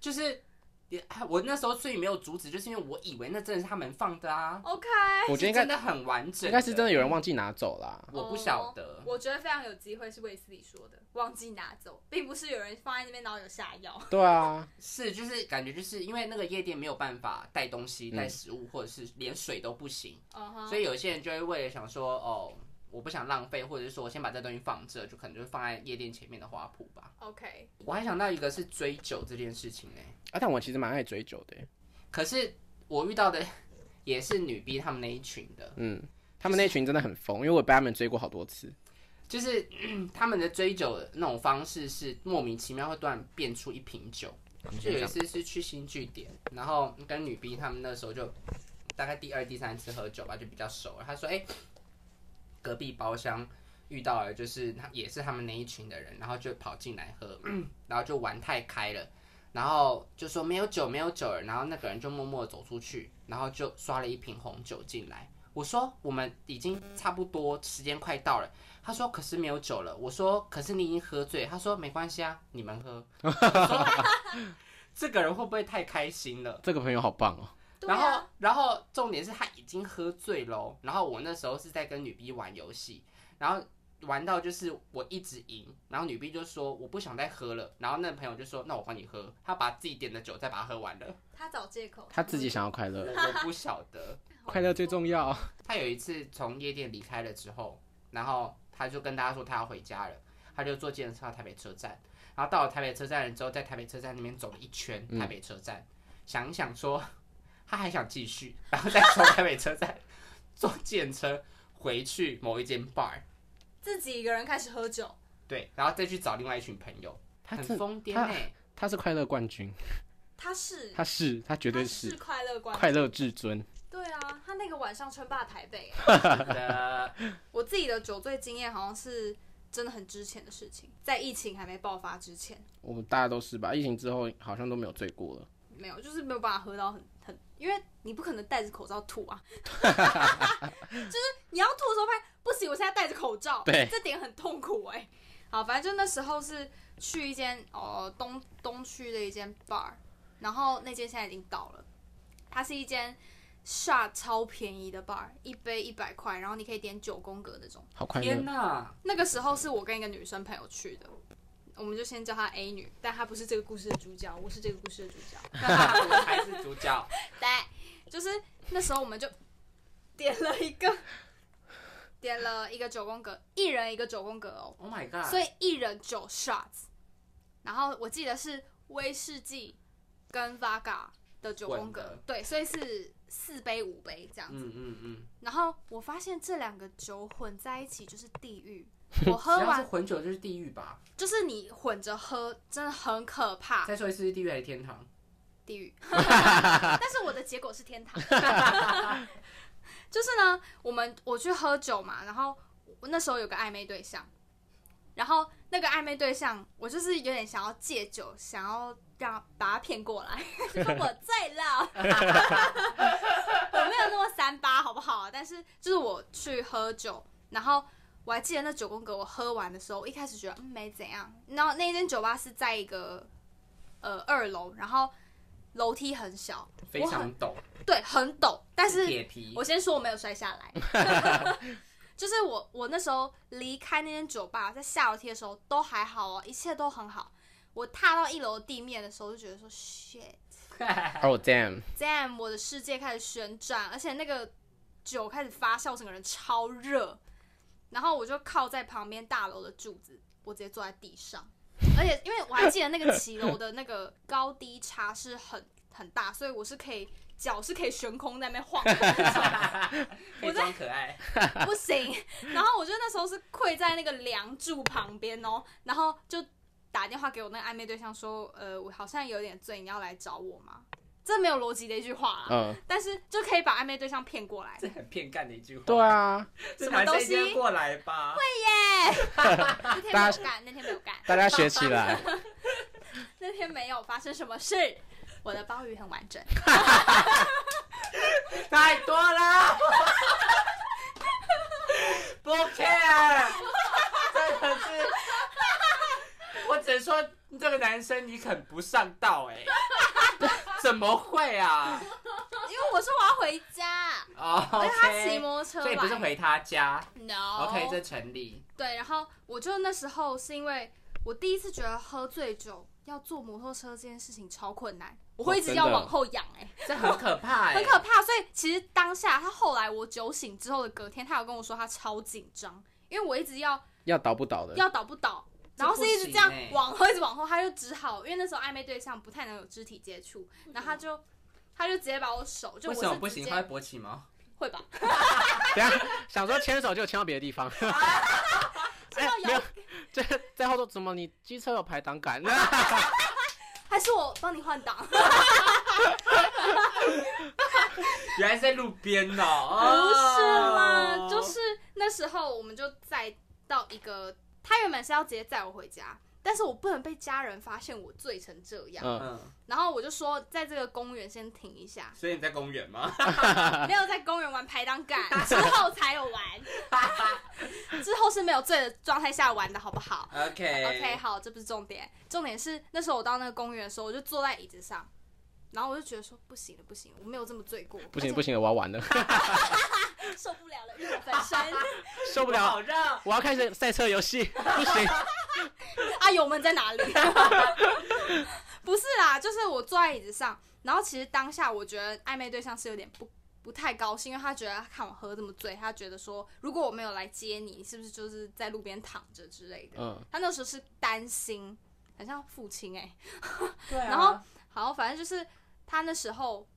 [SPEAKER 3] 就是也我那时候所以没有阻止，就是因为我以为那真的是他们放的啊，
[SPEAKER 1] OK，
[SPEAKER 2] 我觉得应
[SPEAKER 3] 哎
[SPEAKER 2] 该
[SPEAKER 3] 是真的很完整，
[SPEAKER 2] 应该是真的，有人忘记拿走啦。
[SPEAKER 3] 我不晓得。
[SPEAKER 1] 我觉得非常有机会是卫斯理说的，忘记拿走，并不是有人放在那边然后有下药。
[SPEAKER 2] 对啊，
[SPEAKER 3] 是，就是感觉就是因为那个夜店没有办法带东西、带食物，或者是连水都不行，
[SPEAKER 1] 嗯
[SPEAKER 3] 所
[SPEAKER 1] 哼，
[SPEAKER 3] 以有些人就会为了想说，哦，我不想浪费，或者是说我先把这东西放这，就可能就放在夜店前面的花圃吧。
[SPEAKER 1] OK，
[SPEAKER 3] 我还想到一个是追酒这件事情呢、欸
[SPEAKER 2] 啊，但我其实蛮爱追酒的欸，
[SPEAKER 3] 可是我遇到的 <laughs> 也是女逼他们那一群的，
[SPEAKER 2] 嗯，他们那群真的很疯，因为我被他们追过好多次。
[SPEAKER 3] 就是 <clears throat> 他们的追酒的那种方式是莫名其妙会突然变出一瓶酒。就有一次是去新据点，然后跟女兵他们那时候就大概第二、第三次喝酒吧，就比较熟了。他说：“哎、隔壁包厢遇到了，就是他也是他们那一群的人，然后就跑进来喝，然后就玩太开了，然后就说没有酒，没有酒了。然后那个人就默默地走出去，然后就刷了一瓶红酒进来。我说我们已经差不多时间快到了，他说可是没有酒了。我说可是你已经喝醉了，他说没关系啊，你们喝。我说这个人会不会太开心了？
[SPEAKER 2] 这个朋友好棒哦，
[SPEAKER 1] 对
[SPEAKER 3] 然后
[SPEAKER 1] 啊，，
[SPEAKER 3] 然后重点是他已经喝醉喽。然后我那时候是在跟女 B 玩游戏，然后玩到就是我一直赢，然后女 B 就说我不想再喝了。然后那朋友就说那我帮你喝，他把自己点的酒再把它喝完了。
[SPEAKER 1] 他找借口，
[SPEAKER 2] 他自己想要快
[SPEAKER 3] 我
[SPEAKER 2] 乐，
[SPEAKER 3] 我不晓得。
[SPEAKER 2] 快乐最重要。
[SPEAKER 3] 他有一次从夜店离开了之后，然后他就跟大家说他要回家了，他就坐计程车到台北车站，然后到了台北车站了之后，在台北车站那边走了一圈，台北车站、想一想说他还想继续，然后再从台北车站坐计程车回去某一间 bar，
[SPEAKER 1] 自己一个人开始喝酒，
[SPEAKER 3] 对，然后再去找另外一群朋友，
[SPEAKER 2] 他
[SPEAKER 3] 很
[SPEAKER 2] 真
[SPEAKER 3] 疯癫
[SPEAKER 2] 他
[SPEAKER 3] 哎、
[SPEAKER 2] <laughs> 他是快乐冠军，
[SPEAKER 1] 他是
[SPEAKER 2] 他是他绝对
[SPEAKER 1] 他
[SPEAKER 2] 是
[SPEAKER 1] 是快乐观，
[SPEAKER 2] 快乐至尊。
[SPEAKER 1] 对啊，他那个晚上称霸台北、欸
[SPEAKER 3] 真的
[SPEAKER 1] 我自己的酒醉经验好像是真的很之前的事情，在疫情还没爆发之前，
[SPEAKER 2] 我们大家都是吧？疫情之后好像都没有醉过了。
[SPEAKER 1] 没有，就是没有办法喝到很很，因为你不可能戴着口罩吐啊，就是你要吐的时候发现不行，我现在戴着口罩，
[SPEAKER 2] 对
[SPEAKER 1] 这点很痛苦哎、好，反正就那时候是去一间呃东东区的一间 bar，然后那间现在已经倒了，它是一间 shot 超便宜的 bar，一杯一百块，然后你可以点九宫格那种。
[SPEAKER 2] 好快
[SPEAKER 3] 天
[SPEAKER 1] <laughs>
[SPEAKER 2] 乐，
[SPEAKER 3] 哪！
[SPEAKER 1] 那个时候是我跟一个女生朋友去的，我们就先叫她 A 女，但她不是这个故事的主角，我是这个故事的主角。
[SPEAKER 3] 我才是主角， <laughs>
[SPEAKER 1] 对，就是那时候我们就点了一
[SPEAKER 3] <laughs>
[SPEAKER 1] 个，点了一个九宫格，一人一个九宫格哦，
[SPEAKER 3] Oh my god！
[SPEAKER 1] 所以一人九 shots。然后我记得是威士忌跟 Vaga 的九宫
[SPEAKER 3] 混的
[SPEAKER 1] 格，对，所以是四杯五杯这样子。
[SPEAKER 3] 嗯嗯嗯，
[SPEAKER 1] 然后我发现这两个酒混在一起就是地狱。我喝
[SPEAKER 3] 只 <laughs> 要是
[SPEAKER 1] 完
[SPEAKER 3] 混酒就是地狱吧？
[SPEAKER 1] 就是你混着喝，真的很可怕，
[SPEAKER 3] 再说一次，是地狱还是天堂？
[SPEAKER 1] 地狱。 <laughs> 但是我的结果是天堂。就是呢，我们我去喝酒嘛，然后我那时候有个暧昧对象，然后那个暧昧对象，我就是有点想要戒酒，想要让把他骗过来，就说我醉了，我没有那么三八，好不好？但是就是我去喝酒，然后我还记得那九宫格，我喝完的时候，我一开始觉得嗯没怎样，然后那间酒吧是在一个呃二楼，然后楼梯很小，
[SPEAKER 3] 非常陡，
[SPEAKER 1] 对，很陡，但是
[SPEAKER 3] 铁皮。
[SPEAKER 1] 我先说我没有摔下来，就是我我那时候离开那间酒吧，在下楼梯的时候都还好哦，一切都很好。我踏到一楼地面的时候，就觉得说 shit，damn，
[SPEAKER 2] 哦、damn，
[SPEAKER 1] 我的世界开始旋转，而且那个酒开始发酵，我整个人超热。然后我就靠在旁边大楼的柱子，我直接坐在地上。而且因为我还记得那个骑楼的那个高低差是很 <laughs> 很大，所以我是可以脚是可以悬空在那边晃的那种。
[SPEAKER 3] 可以装可爱， <laughs>
[SPEAKER 1] 不行。然后我就那时候是跪在那个梁柱旁边哦，然后就打电话给我那个暧昧对象说，呃，我好像有点醉，你要来找我吗？这没有逻辑的一句话啊啦，
[SPEAKER 2] 嗯，
[SPEAKER 1] 但是就可以把暧昧对象骗过来。
[SPEAKER 3] 这很骗干的一句话。
[SPEAKER 2] 对，啊，
[SPEAKER 3] 这男生一定
[SPEAKER 1] 什么东
[SPEAKER 3] 会
[SPEAKER 1] 西
[SPEAKER 3] 过来吧？
[SPEAKER 1] 那天没有干，那天没有干，
[SPEAKER 2] 大家学起
[SPEAKER 1] <laughs>
[SPEAKER 2] 来，
[SPEAKER 1] 那天没有发生什么事。我的鲍鱼很完整，
[SPEAKER 3] 太多了， <laughs> 不 care，真的是，我只能说这个男生你肯不上道
[SPEAKER 1] <laughs>
[SPEAKER 3] 哎、怎么会啊？
[SPEAKER 1] 因为我说我要回家，
[SPEAKER 3] 哦、
[SPEAKER 1] 而
[SPEAKER 3] o
[SPEAKER 1] 且哎他骑
[SPEAKER 3] k
[SPEAKER 1] 摩托车来，哦
[SPEAKER 3] 所以不是回他家
[SPEAKER 1] no
[SPEAKER 3] ，OK，这成立。
[SPEAKER 1] 对，然后我就那时候是因为我第一次觉得喝醉酒要坐摩托车这件事情超困难，我会一直
[SPEAKER 2] 真
[SPEAKER 1] 要
[SPEAKER 2] 的
[SPEAKER 1] 往后仰、哎，
[SPEAKER 3] 这很可怕、欸，
[SPEAKER 1] 很可怕。所以其实当下他后来我酒醒之后的隔天，他有跟我说他超紧张，因为我一直要
[SPEAKER 2] 要倒不倒的，
[SPEAKER 1] 要倒不倒，然后是一直这样
[SPEAKER 3] 这不行欸
[SPEAKER 1] 往后一直往后，他就只好因为那时候暧昧对象不太能有肢体接触，然后他就他就直接把我手就
[SPEAKER 3] 为
[SPEAKER 1] 我
[SPEAKER 3] 什
[SPEAKER 1] 是
[SPEAKER 3] 么不
[SPEAKER 1] 直
[SPEAKER 3] 行？
[SPEAKER 1] 接
[SPEAKER 3] 他会勃起吗？
[SPEAKER 1] 会吧？
[SPEAKER 2] 等一下想说牵手就牵到别的地方。
[SPEAKER 1] 哦
[SPEAKER 2] 哎、 <laughs> 没有，这在后头怎么你机车有排挡
[SPEAKER 1] <laughs>
[SPEAKER 2] 杆？
[SPEAKER 1] 还是我帮你换挡？ <laughs>
[SPEAKER 3] 原来是在路边
[SPEAKER 1] 不
[SPEAKER 3] 的、
[SPEAKER 1] 是
[SPEAKER 3] 哦
[SPEAKER 1] 啦，就是那时候我们就载到一个，他原本是要直接载我回家，但是我不能被家人发现我醉成这样，
[SPEAKER 2] 嗯，
[SPEAKER 3] 嗯，，
[SPEAKER 1] 然后我就说在这个公园先停一下
[SPEAKER 3] 所以你在公园
[SPEAKER 1] <laughs>
[SPEAKER 3] 吗？啊
[SPEAKER 1] 没有在公园玩排挡
[SPEAKER 3] <laughs>
[SPEAKER 1] 杆，之后才有玩，之后是没有醉的状态下玩的好不好
[SPEAKER 3] OK
[SPEAKER 1] ？OK，好，这不是重点，重点是那时候我到那个公园的时候，我就坐在椅子上。然后我就觉得说不行了，不行了，我没有这么醉过，
[SPEAKER 2] 不行不行了，我
[SPEAKER 1] <laughs>
[SPEAKER 2] 要完了，
[SPEAKER 1] 而且受不了了，欲火焚身。
[SPEAKER 2] 受不了，
[SPEAKER 3] 好热。
[SPEAKER 2] 我要开始赛车游
[SPEAKER 1] <laughs>
[SPEAKER 2] 戏，不行。
[SPEAKER 1] 啊，油门在哪里？ <laughs> 不是啦，就是我坐在椅子上，然后其实当下我觉得暧昧对象是有点不不太高兴，因为他觉得他看我喝这么醉，他觉得说如果我没有来接你，你是不是就是在路边躺着之类的？
[SPEAKER 2] 嗯，
[SPEAKER 1] 他那时候是担心，很像父亲哎、 <laughs>
[SPEAKER 3] 对啊
[SPEAKER 1] 然后好，反正就是他那时候。 <laughs>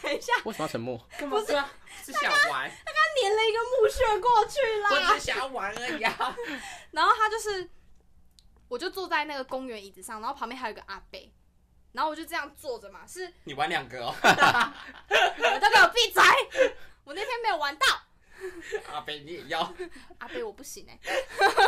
[SPEAKER 1] 等一下，
[SPEAKER 2] 为什么要沉默？
[SPEAKER 3] 干嘛这样？是想玩，
[SPEAKER 1] 他粘了一个木屑过去啦。
[SPEAKER 3] 我只是想要玩而已啊。
[SPEAKER 1] 然后他就是，我就坐在那个公园椅子上，然后旁边还有一个阿伯，然后我就这样坐着嘛，是 <laughs>
[SPEAKER 3] 你玩两个哦， <laughs>
[SPEAKER 1] 我都给我闭嘴， <laughs> 我那天没有玩到，
[SPEAKER 3] 阿贝你也要。
[SPEAKER 1] 阿伯我不行哎、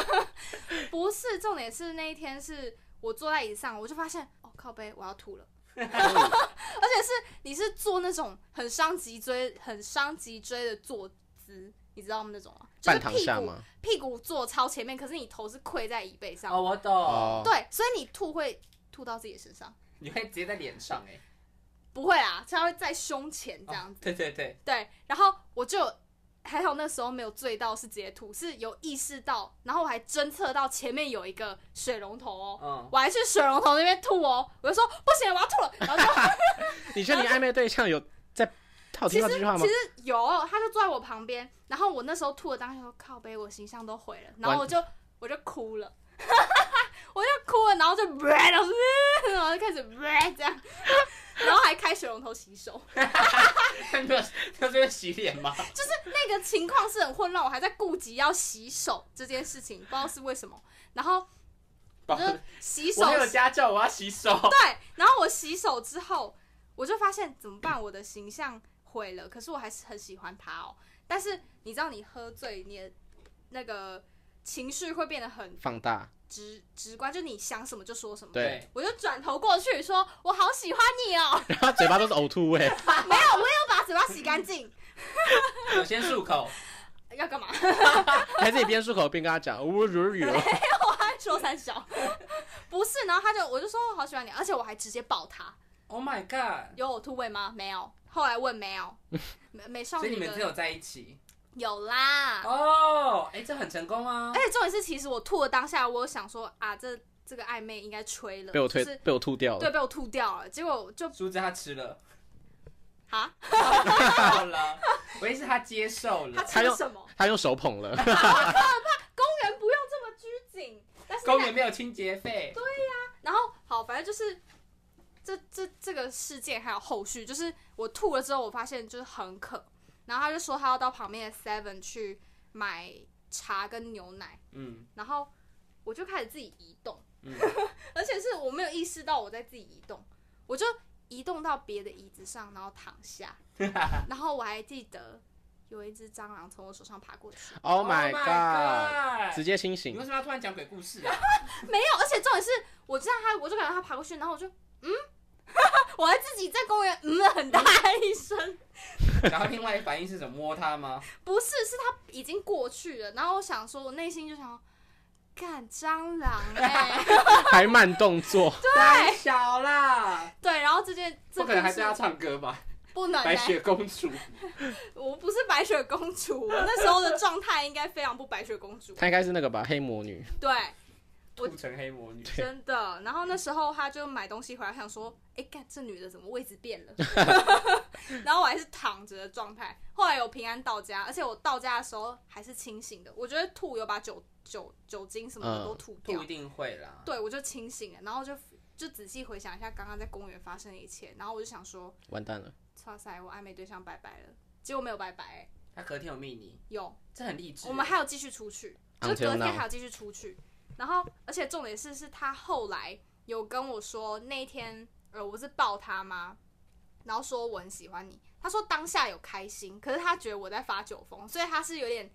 [SPEAKER 1] <laughs> 不是，重点是那一天是我坐在椅子上，我就发现哦靠背我要吐了。
[SPEAKER 2] 嗯
[SPEAKER 1] <laughs> 而且是你是坐那种很伤脊椎、很伤脊椎的坐姿，你知道吗？那种吗？就是
[SPEAKER 2] 半躺
[SPEAKER 1] 屁
[SPEAKER 2] 下
[SPEAKER 1] 股
[SPEAKER 2] 吗？
[SPEAKER 1] 屁股坐超前面，可是你头是跪在椅背上。
[SPEAKER 3] 哦，我懂。
[SPEAKER 1] 对，所以你吐会吐到自己的身上。
[SPEAKER 3] 你会直接在脸上哎。
[SPEAKER 1] 不会啊，他会在胸前这样
[SPEAKER 3] 哦
[SPEAKER 1] 子。
[SPEAKER 3] 对对对，
[SPEAKER 1] 对，然后我就还好那时候没有醉到是直接吐，是有意识到，然后我还侦测到前面有一个水龙头哦，
[SPEAKER 3] 嗯。 <laughs>
[SPEAKER 1] 我还去水龙头那边吐哦，我就说不行，我要吐了，然后就
[SPEAKER 2] 你觉得你暧昧对象有在套听到这句话吗
[SPEAKER 1] 其？实有，他就坐在我旁边，然后我那时候吐的当下说靠背，我形象都毁了，然后我就我就哭了。 <laughs> 我就哭了，然后就， <laughs> 然后然后就开始 <laughs> 这样，然后还开水龙头洗手，
[SPEAKER 3] 你没有，他这边洗脸吗？
[SPEAKER 1] 那个情况是很混乱，我还在顾及要洗手这件事情，不知道是为什么。然后我
[SPEAKER 3] 宝
[SPEAKER 1] 就洗手，
[SPEAKER 3] <laughs> 我没有
[SPEAKER 1] 对，
[SPEAKER 3] 家教，我要洗手。
[SPEAKER 1] 然后我洗手之后，我就发现怎么办，我的形象毁了。可是我还是很喜欢他哦。但是你知道，你喝醉，你的那个情绪会变得很
[SPEAKER 2] 放大， <laughs>
[SPEAKER 1] 直直观，就你想什么就说什么。
[SPEAKER 2] 对，
[SPEAKER 1] 我就转头过去说：“我好喜欢你哦
[SPEAKER 3] <laughs>
[SPEAKER 2] 然后嘴巴都是呕
[SPEAKER 1] <laughs>
[SPEAKER 2] 吐味，！”
[SPEAKER 1] 没有，我有把嘴巴洗干净。
[SPEAKER 3] 我先漱口。
[SPEAKER 1] 要干嘛？ <laughs>
[SPEAKER 2] 还是你边漱口边跟他讲我日语了，
[SPEAKER 1] 说三小，不是。然后他就，我就说我好喜欢你，而且我还直接抱他。
[SPEAKER 3] Oh my god！
[SPEAKER 1] 有呕吐味吗？没有。后来问没
[SPEAKER 3] <laughs>
[SPEAKER 1] 有，美美少
[SPEAKER 3] 所以
[SPEAKER 1] 女
[SPEAKER 3] 你们只
[SPEAKER 1] 的
[SPEAKER 3] 有在一起
[SPEAKER 1] 有啦。
[SPEAKER 3] 哦？哎，这很成功啊
[SPEAKER 1] 而！且重点是，其实我吐的当下，我有想说啊，这这个暧昧应该吹了，
[SPEAKER 2] 被我推
[SPEAKER 1] 就是
[SPEAKER 2] 被我吐掉
[SPEAKER 1] 对，
[SPEAKER 2] 了。
[SPEAKER 1] 被我吐掉了。结果我就
[SPEAKER 3] 殊不知他吃了，
[SPEAKER 1] 啊，
[SPEAKER 3] 好了，我意思他接受
[SPEAKER 1] 他
[SPEAKER 3] 了。
[SPEAKER 1] 吃了什么？
[SPEAKER 2] 他用手
[SPEAKER 1] <laughs>
[SPEAKER 2] 捧了，
[SPEAKER 1] 公园不用这么拘谨，但是那
[SPEAKER 3] 公园没有清洁费，
[SPEAKER 1] 然后好，反正就是这这这个事件还有后续，就是我吐了之后，我发现就是很渴，然后他就说他要到旁边的 Seven 去买茶跟牛奶，
[SPEAKER 3] 嗯
[SPEAKER 1] 然后我就开始自己移动。
[SPEAKER 3] 嗯，
[SPEAKER 1] <laughs> 而且是我没有意识到我在自己移动，我就移动到别的椅子上，然后躺 <laughs> 下，然后我还记得有一只蟑螂从我手上爬过去，
[SPEAKER 2] Oh my god！
[SPEAKER 3] god！
[SPEAKER 2] 直接清
[SPEAKER 3] 你为
[SPEAKER 2] 醒，
[SPEAKER 3] 什么要突然讲鬼故事啊？ <laughs>
[SPEAKER 1] 没有，而且重点是我知道它，我就感觉它爬过去，然后我就嗯， <laughs> 我还自己在公园嗯了很大一声，
[SPEAKER 3] 然后另外反应是什么？摸它吗？
[SPEAKER 1] 不是，是他已经过去了。然后我想说，我内心就想说，干蟑螂哎、
[SPEAKER 2] 还慢动作， <laughs>
[SPEAKER 3] 太小啦，
[SPEAKER 1] <laughs> 对，然后这件这
[SPEAKER 3] 不可能还
[SPEAKER 1] 件
[SPEAKER 3] 是
[SPEAKER 1] 事
[SPEAKER 3] 要唱歌吧？
[SPEAKER 1] 不能、欸，
[SPEAKER 3] 白雪公主，
[SPEAKER 1] 我不是白雪公主， <laughs> 我那时候的状态应该非常不白雪公主。
[SPEAKER 2] 她应该是那个吧，黑魔女。
[SPEAKER 1] 对，我
[SPEAKER 3] 兔城黑魔女，
[SPEAKER 1] 真的。然后那时候他就买东西回来，想说，哎、干这女的怎么位置 <laughs> 变了？然后我还是躺着的状态。后来有平安到家，而且我到家的时候还是清醒的。我觉得吐有把酒酒酒精什么的
[SPEAKER 2] 嗯
[SPEAKER 1] 都吐掉，
[SPEAKER 3] 不一定会啦。
[SPEAKER 1] 对我就清醒了。然后就就仔细回想一下刚刚在公园发生的一切，然后我就想说，
[SPEAKER 2] 完蛋了，
[SPEAKER 1] 哇塞，我暧昧对象拜拜了。结果没有拜拜、欸
[SPEAKER 3] 他隔天有密你，
[SPEAKER 1] 有
[SPEAKER 3] 这很励志。
[SPEAKER 1] 我们还有继续出去，就是隔
[SPEAKER 2] Until
[SPEAKER 1] 天
[SPEAKER 2] now
[SPEAKER 1] 还有继续出去。然后，而且重点是，是他后来有跟我说，那一天呃，我不是抱他吗？然后说我很喜欢你。他说当下有开心，可是他觉得我在发酒疯，所以他是有点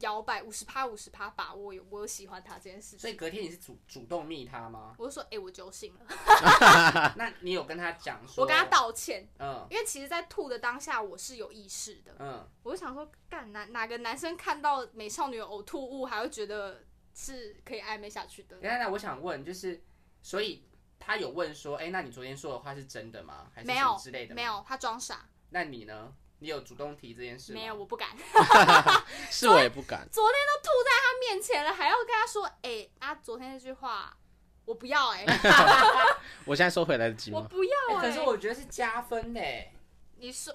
[SPEAKER 1] 摇摆，五十趴五十趴把握有我有喜欢他这件事
[SPEAKER 3] 所
[SPEAKER 1] 情。
[SPEAKER 3] 以隔天你是主主动密他吗？
[SPEAKER 1] 我就说，哎、我酒醒了，
[SPEAKER 3] 那你有跟他讲说？
[SPEAKER 1] 我跟他，道歉，
[SPEAKER 3] 嗯
[SPEAKER 1] 因为其实，在吐的当下，我是有意识的。
[SPEAKER 3] 嗯，
[SPEAKER 1] 我就想说，干哪哪个男生看到美少女呕吐物，还会觉得是可以暧昧下去的？
[SPEAKER 3] 那那我想问，就是所以他有问说，哎、那你昨天说的话是真的吗？还是
[SPEAKER 1] 没
[SPEAKER 3] 什
[SPEAKER 1] 有
[SPEAKER 3] 么之类的？
[SPEAKER 1] 没。有，他装傻，
[SPEAKER 3] 那你呢？你有主动提这件事吗？
[SPEAKER 1] 没有，我不敢。
[SPEAKER 2] 是我也不敢。
[SPEAKER 1] 他面前了还要跟他说，哎、啊，昨天那句话我不要、
[SPEAKER 2] <laughs>
[SPEAKER 1] 欸，哎，
[SPEAKER 2] 我现在收回来得及
[SPEAKER 1] 我
[SPEAKER 2] 吗？
[SPEAKER 1] 不要、
[SPEAKER 3] 哎、
[SPEAKER 1] 欸，
[SPEAKER 3] 可是我觉得是加分呢。
[SPEAKER 1] 你说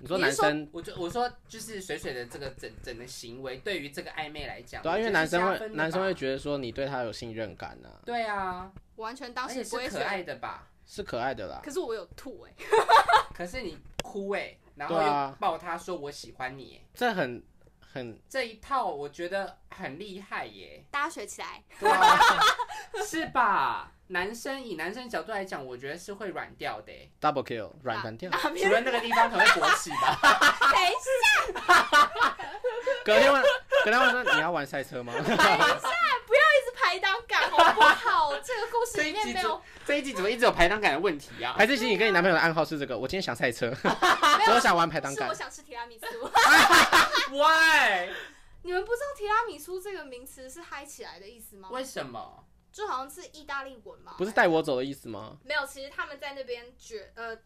[SPEAKER 2] 你说
[SPEAKER 1] 你是
[SPEAKER 2] 男生
[SPEAKER 3] 我就我说，就是水水的这个整整个行为，对于这个暧昧来讲，
[SPEAKER 2] 对啊，因为男生会男生会
[SPEAKER 3] 得
[SPEAKER 2] 觉得说你对他有信任感啊，
[SPEAKER 3] 是加分的吧，对啊，
[SPEAKER 1] 我完全当
[SPEAKER 3] 而
[SPEAKER 1] 时
[SPEAKER 3] 且
[SPEAKER 1] 不会
[SPEAKER 3] 是
[SPEAKER 1] 觉
[SPEAKER 3] 可
[SPEAKER 1] 得，
[SPEAKER 3] 爱的吧？
[SPEAKER 2] 是可爱的啦。
[SPEAKER 1] 可是我有吐、欸，哎，
[SPEAKER 3] 可是你哭哎、然后
[SPEAKER 2] 对啊
[SPEAKER 3] 又抱他说我喜欢你、哎
[SPEAKER 2] 这很很
[SPEAKER 3] 这一套我觉得很厉害耶、
[SPEAKER 1] 大家学起
[SPEAKER 3] <laughs>
[SPEAKER 1] 来，
[SPEAKER 3] 对啊，是吧？男生以男生角度来讲，我觉得是会软掉的、哎
[SPEAKER 2] double kill 软弹跳，
[SPEAKER 1] 哪
[SPEAKER 3] 除
[SPEAKER 1] 边
[SPEAKER 3] 了那个地方可能会勃起
[SPEAKER 1] <laughs>
[SPEAKER 3] 吧。
[SPEAKER 1] 谁
[SPEAKER 2] 隔天问隔天问说你要玩赛车吗？ <laughs>
[SPEAKER 1] 是排档感好不
[SPEAKER 3] <laughs>
[SPEAKER 1] 好？这个故事
[SPEAKER 3] 这
[SPEAKER 1] 里
[SPEAKER 3] 一
[SPEAKER 1] 面
[SPEAKER 3] 集
[SPEAKER 1] 没
[SPEAKER 3] 怎
[SPEAKER 1] 有
[SPEAKER 3] 这一集怎么一直有排档感的问题啊？
[SPEAKER 2] 还是其实你跟你男朋友的暗号是这个？我今天想赛车，
[SPEAKER 1] 没
[SPEAKER 2] 我
[SPEAKER 1] 有，
[SPEAKER 2] 想玩排档
[SPEAKER 1] 是
[SPEAKER 2] 杆
[SPEAKER 1] 我。想吃提拉米苏。 <laughs>
[SPEAKER 3] Why？
[SPEAKER 1] 你们不知道提拉米苏这个名词是嗨起来的意思吗？
[SPEAKER 3] 为什么？
[SPEAKER 1] 就好像是意大利文嘛，
[SPEAKER 2] 不是带我走的意思吗？
[SPEAKER 1] 没有，其实他们在那边觉呃，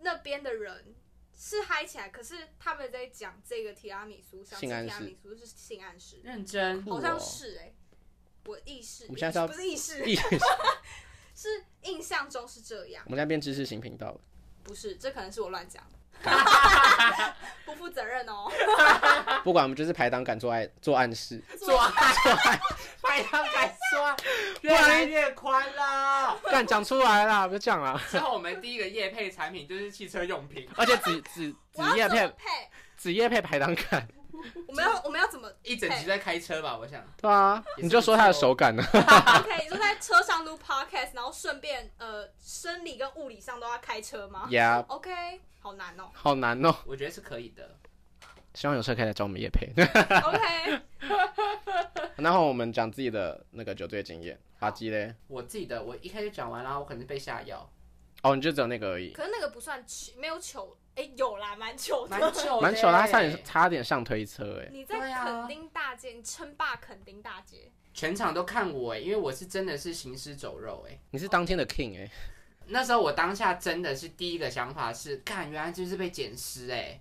[SPEAKER 1] 那边的人是嗨起来，可是他们在讲这个提拉米苏，想吃
[SPEAKER 2] 性暗
[SPEAKER 1] 提
[SPEAKER 2] 示
[SPEAKER 1] 拉米苏是性暗示，
[SPEAKER 3] 认真
[SPEAKER 2] 酷哦
[SPEAKER 1] 好像是哎、我意识，
[SPEAKER 2] 我们现在是要
[SPEAKER 1] 不是意识，
[SPEAKER 2] 意 <laughs> 我
[SPEAKER 1] 是印象中是这样，
[SPEAKER 2] 们现在变知识型频道了。
[SPEAKER 1] 不是，这可能是我乱讲的，
[SPEAKER 2] <laughs>
[SPEAKER 1] 不负责任哦。
[SPEAKER 2] 不管我们就是排档杆做爱做暗示，
[SPEAKER 3] 做爱，排档感做爱，越来越宽啦。
[SPEAKER 2] 干讲出来啦，不要这样啦。
[SPEAKER 3] 之后我们第一个夜配产品就是汽车用品，
[SPEAKER 2] 而且
[SPEAKER 1] <laughs>
[SPEAKER 2] 只只
[SPEAKER 1] 我
[SPEAKER 2] 只
[SPEAKER 1] 要
[SPEAKER 2] 夜
[SPEAKER 1] 怎么
[SPEAKER 2] 配
[SPEAKER 1] 配？
[SPEAKER 2] 只夜配排档杆，
[SPEAKER 1] 我们要我们要怎么
[SPEAKER 3] 一整集在开车吧，我想。
[SPEAKER 2] <laughs> 对啊，
[SPEAKER 3] 也是
[SPEAKER 2] 你就说他的手感呢？
[SPEAKER 1] OK？你说在车上录 podcast，然后顺便呃生理跟物理上都要开车吗
[SPEAKER 2] 呀，
[SPEAKER 1] ？OK，好难哦。
[SPEAKER 2] 好难哦。
[SPEAKER 3] 我觉得是可以的。
[SPEAKER 2] 希望有车可以来找我们夜 <laughs> 配。
[SPEAKER 1] OK，
[SPEAKER 2] 然后我们讲自己的那个酒醉经验，滑稽嘞。
[SPEAKER 3] 我自己的，我一开始讲完啦，我可能是被下药，
[SPEAKER 2] 哦，你就只有那个而已，
[SPEAKER 1] 可是那个不算糗，没有糗，哎、有啦，蛮糗
[SPEAKER 3] 蛮
[SPEAKER 1] 的。
[SPEAKER 3] 糗，
[SPEAKER 2] 蛮糗的，他差点，差点上推车哎。
[SPEAKER 1] <laughs> 你在
[SPEAKER 3] 对啊
[SPEAKER 1] 垦丁大街，你称霸垦丁大街，
[SPEAKER 3] 全场都看我、欸，因为我是真的是行尸走肉、欸，
[SPEAKER 2] 你是当天的 king 哎，
[SPEAKER 3] 那时候我当下真的是第一个想法是，干，原来就是被捡尸，哎，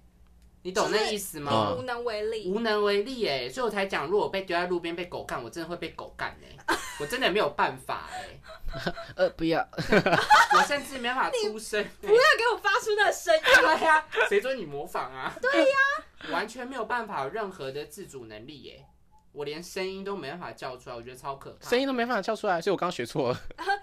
[SPEAKER 3] 你懂那意思
[SPEAKER 1] 你
[SPEAKER 3] 吗？
[SPEAKER 2] 嗯
[SPEAKER 1] 无能为力。
[SPEAKER 3] 无能为力哎、所以我才讲，如果被丢在路边被狗干，我真的会被狗干哎、我真的没有办法哎、
[SPEAKER 2] 呃，不要，
[SPEAKER 3] 我甚至没办法出声、欸。
[SPEAKER 1] 不要给我发出那声音，
[SPEAKER 3] <laughs> 对啊呀、谁准你模仿啊？对呀、完全没有办法有任何的自主能力耶、我连声音都没办法叫出来，我觉得超可怕。
[SPEAKER 2] 声音都呃没办法叫出来，所以我刚学 <laughs> 错了。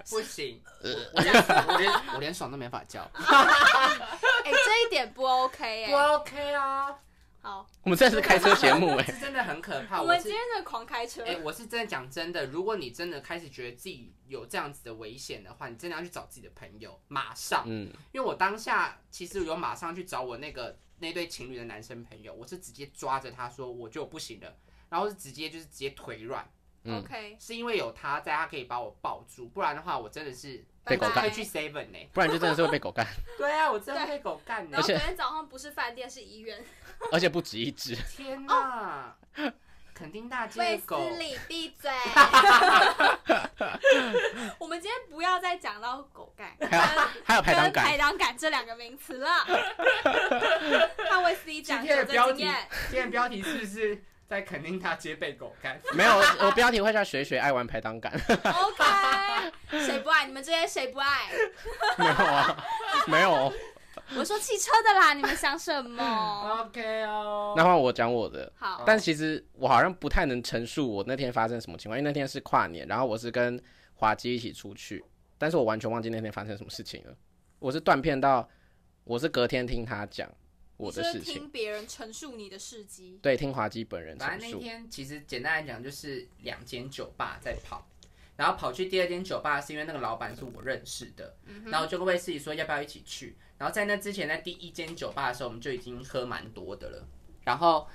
[SPEAKER 3] 不行，我我连我
[SPEAKER 2] <laughs>
[SPEAKER 3] 连我连爽都没法叫，
[SPEAKER 1] <laughs> 哎、这一点不 OK 哎、
[SPEAKER 3] 不 OK 啊，
[SPEAKER 1] 好，
[SPEAKER 2] 我们真的是开车节 <laughs> 目哎，
[SPEAKER 3] 这真的很可怕。
[SPEAKER 1] 我
[SPEAKER 3] 我
[SPEAKER 1] 们
[SPEAKER 3] 是
[SPEAKER 1] 今天真的狂开车，
[SPEAKER 3] 哎、我是真的讲真的，如果你真的开始觉得自己有这样子的危险的话，你真的要去找自己的朋友，马上。
[SPEAKER 2] 嗯，
[SPEAKER 3] 因为我当下其实有马上去找我那个那对情侣的男生朋友，我是直接抓着他说我就不行了，然后是直接就是直接腿软，
[SPEAKER 2] 嗯
[SPEAKER 1] OK，
[SPEAKER 3] 是因为有他在，他可以把我抱住，不然的话我真的是
[SPEAKER 2] 被狗
[SPEAKER 1] 拜
[SPEAKER 3] 可
[SPEAKER 1] 拜
[SPEAKER 2] 干
[SPEAKER 3] 以，去 seven 呢、
[SPEAKER 2] 不然就真的是会被狗干， <laughs>
[SPEAKER 3] 对啊，我真的被狗干呢、
[SPEAKER 1] 然后
[SPEAKER 2] 而且
[SPEAKER 1] 昨天早上不是饭店是医
[SPEAKER 3] <laughs>
[SPEAKER 1] 院，
[SPEAKER 2] 而且不止一只。
[SPEAKER 3] 天 <laughs> 哪！肯定大街
[SPEAKER 1] 卫
[SPEAKER 3] 的
[SPEAKER 1] 斯
[SPEAKER 3] 狗，
[SPEAKER 1] 理闭
[SPEAKER 3] <laughs>
[SPEAKER 1] 嘴。我们今天不要再讲到狗干
[SPEAKER 2] 还有还有排档
[SPEAKER 1] 跟
[SPEAKER 2] 杆
[SPEAKER 1] 排，档杆这两个名词
[SPEAKER 3] <laughs>
[SPEAKER 1] 了。看卫斯理
[SPEAKER 3] 今
[SPEAKER 1] 讲
[SPEAKER 3] 天的
[SPEAKER 1] 求
[SPEAKER 3] 标
[SPEAKER 1] 这
[SPEAKER 3] 题
[SPEAKER 1] 经验，，
[SPEAKER 3] 今天的标题是不是在肯定大街被狗干？
[SPEAKER 2] 没有，我 <laughs> 标题会叫学学爱玩排档杆，
[SPEAKER 1] OK，谁不爱你们这些谁不爱？
[SPEAKER 2] <laughs> 没有啊，没
[SPEAKER 1] <laughs>
[SPEAKER 2] 有哦。
[SPEAKER 1] 我说汽车的啦，你们想什
[SPEAKER 2] <laughs>
[SPEAKER 1] 么？
[SPEAKER 3] OK 哦，
[SPEAKER 2] 那换我讲我的，
[SPEAKER 3] 嗯
[SPEAKER 1] 好，
[SPEAKER 2] 但其实我好像不太能陈述我那天发生什么情况，因为那天是跨年，然后我是跟华基一起出去，但是我完全忘记那天发生什么事情了。我是断片到，我是隔天听他讲我的
[SPEAKER 1] 你是
[SPEAKER 2] 事
[SPEAKER 1] 不是
[SPEAKER 2] 情，
[SPEAKER 1] 听别人陈述你的事迹。
[SPEAKER 2] 对，听华基本人
[SPEAKER 3] 反
[SPEAKER 2] 陈
[SPEAKER 3] 正那
[SPEAKER 2] 述。
[SPEAKER 3] 天其实简单来讲就是两间酒吧在跑，然后跑去第二间酒吧是因为那个老板是我认识的，然后我就跟卫斯理说要不要一起去。然后在那之前，在第一间酒吧的时候，我们就已经喝蛮多的了。然后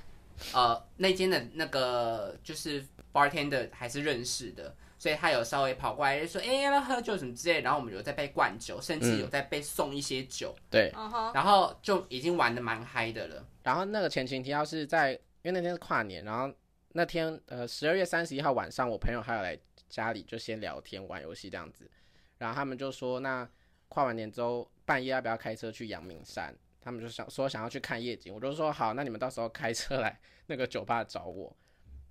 [SPEAKER 3] 呃，那间的那个就是 bartender 还是认识的，所以他有稍微跑过来就说：“哎、要不要喝酒什么之类的。”然后我们有在被灌酒，甚至有在被送一些酒，
[SPEAKER 2] 对，
[SPEAKER 1] 嗯哼，
[SPEAKER 3] 然后就已经玩的蛮嗨的了。
[SPEAKER 2] 然后那个前情提要是在，因为那天是跨年，然后那天呃十二月三十一号晚上，我朋友还有来家里就先聊天玩游戏这样子，然后他们就说那跨完年之后半夜要不要开车去阳明山？他们就想说想要去看夜景，我就说好，那你们到时候开车来那个酒吧找我，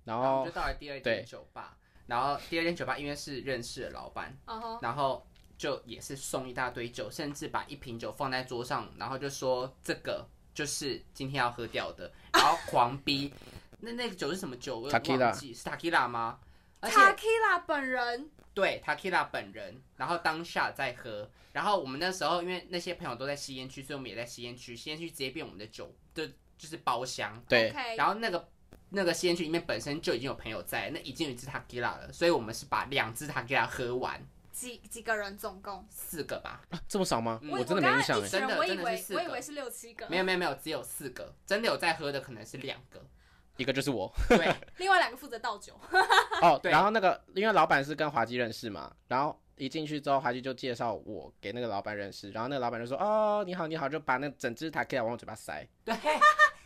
[SPEAKER 2] 然
[SPEAKER 3] 嗯然后我
[SPEAKER 2] 后
[SPEAKER 3] 们就到了第二
[SPEAKER 2] 哦对
[SPEAKER 3] 间酒吧，然后第二间酒吧因为是认识的老板，
[SPEAKER 1] 嗯哼，
[SPEAKER 3] 然后就也是送一大堆酒，甚至把一瓶酒放在桌上，然后就说这个就是今天要喝掉的，然后狂逼。 <laughs> 那那个酒是什么酒？我有点
[SPEAKER 2] Tequila
[SPEAKER 3] 忘记是 Takila 吗？而且
[SPEAKER 1] t a k i l a 本人
[SPEAKER 3] 对 Takila 本人，然后当下在喝，然后我们那时候因为那些朋友都在吸烟区，所以我们也在吸烟区，吸烟区直接变我们的酒的，就是包厢。
[SPEAKER 2] 对
[SPEAKER 1] OK，
[SPEAKER 3] 然后那个那个吸烟区里面本身就已经有朋友在，那已经有一支塔吉拉了，所以我们是把两支塔吉拉喝完，
[SPEAKER 1] 几几个人总共？
[SPEAKER 3] 四个吧，
[SPEAKER 2] 啊这么少吗？
[SPEAKER 3] 嗯
[SPEAKER 2] 我真的
[SPEAKER 1] 我
[SPEAKER 2] 没
[SPEAKER 1] 刚
[SPEAKER 2] 印
[SPEAKER 1] 刚
[SPEAKER 2] 象
[SPEAKER 1] 一
[SPEAKER 2] 哎。
[SPEAKER 1] 群人，
[SPEAKER 3] 真的
[SPEAKER 1] 我以
[SPEAKER 3] 真的是
[SPEAKER 1] 为
[SPEAKER 3] 四
[SPEAKER 1] 我
[SPEAKER 3] 个
[SPEAKER 1] 以为是六七个，
[SPEAKER 3] 没有没有没有，只有四个，真的有在喝的可能是两个，
[SPEAKER 2] 一个就是我
[SPEAKER 3] 对，
[SPEAKER 1] 另外两个负责倒酒。
[SPEAKER 2] <laughs> 哦，
[SPEAKER 3] 对
[SPEAKER 2] 然后那个因为老板是跟华基认识嘛，然后一进去之后，华基就介绍我给那个老板认识，然后那个老板就说哦你好你好，就把那整只塔克亚往我嘴巴塞，
[SPEAKER 3] 对，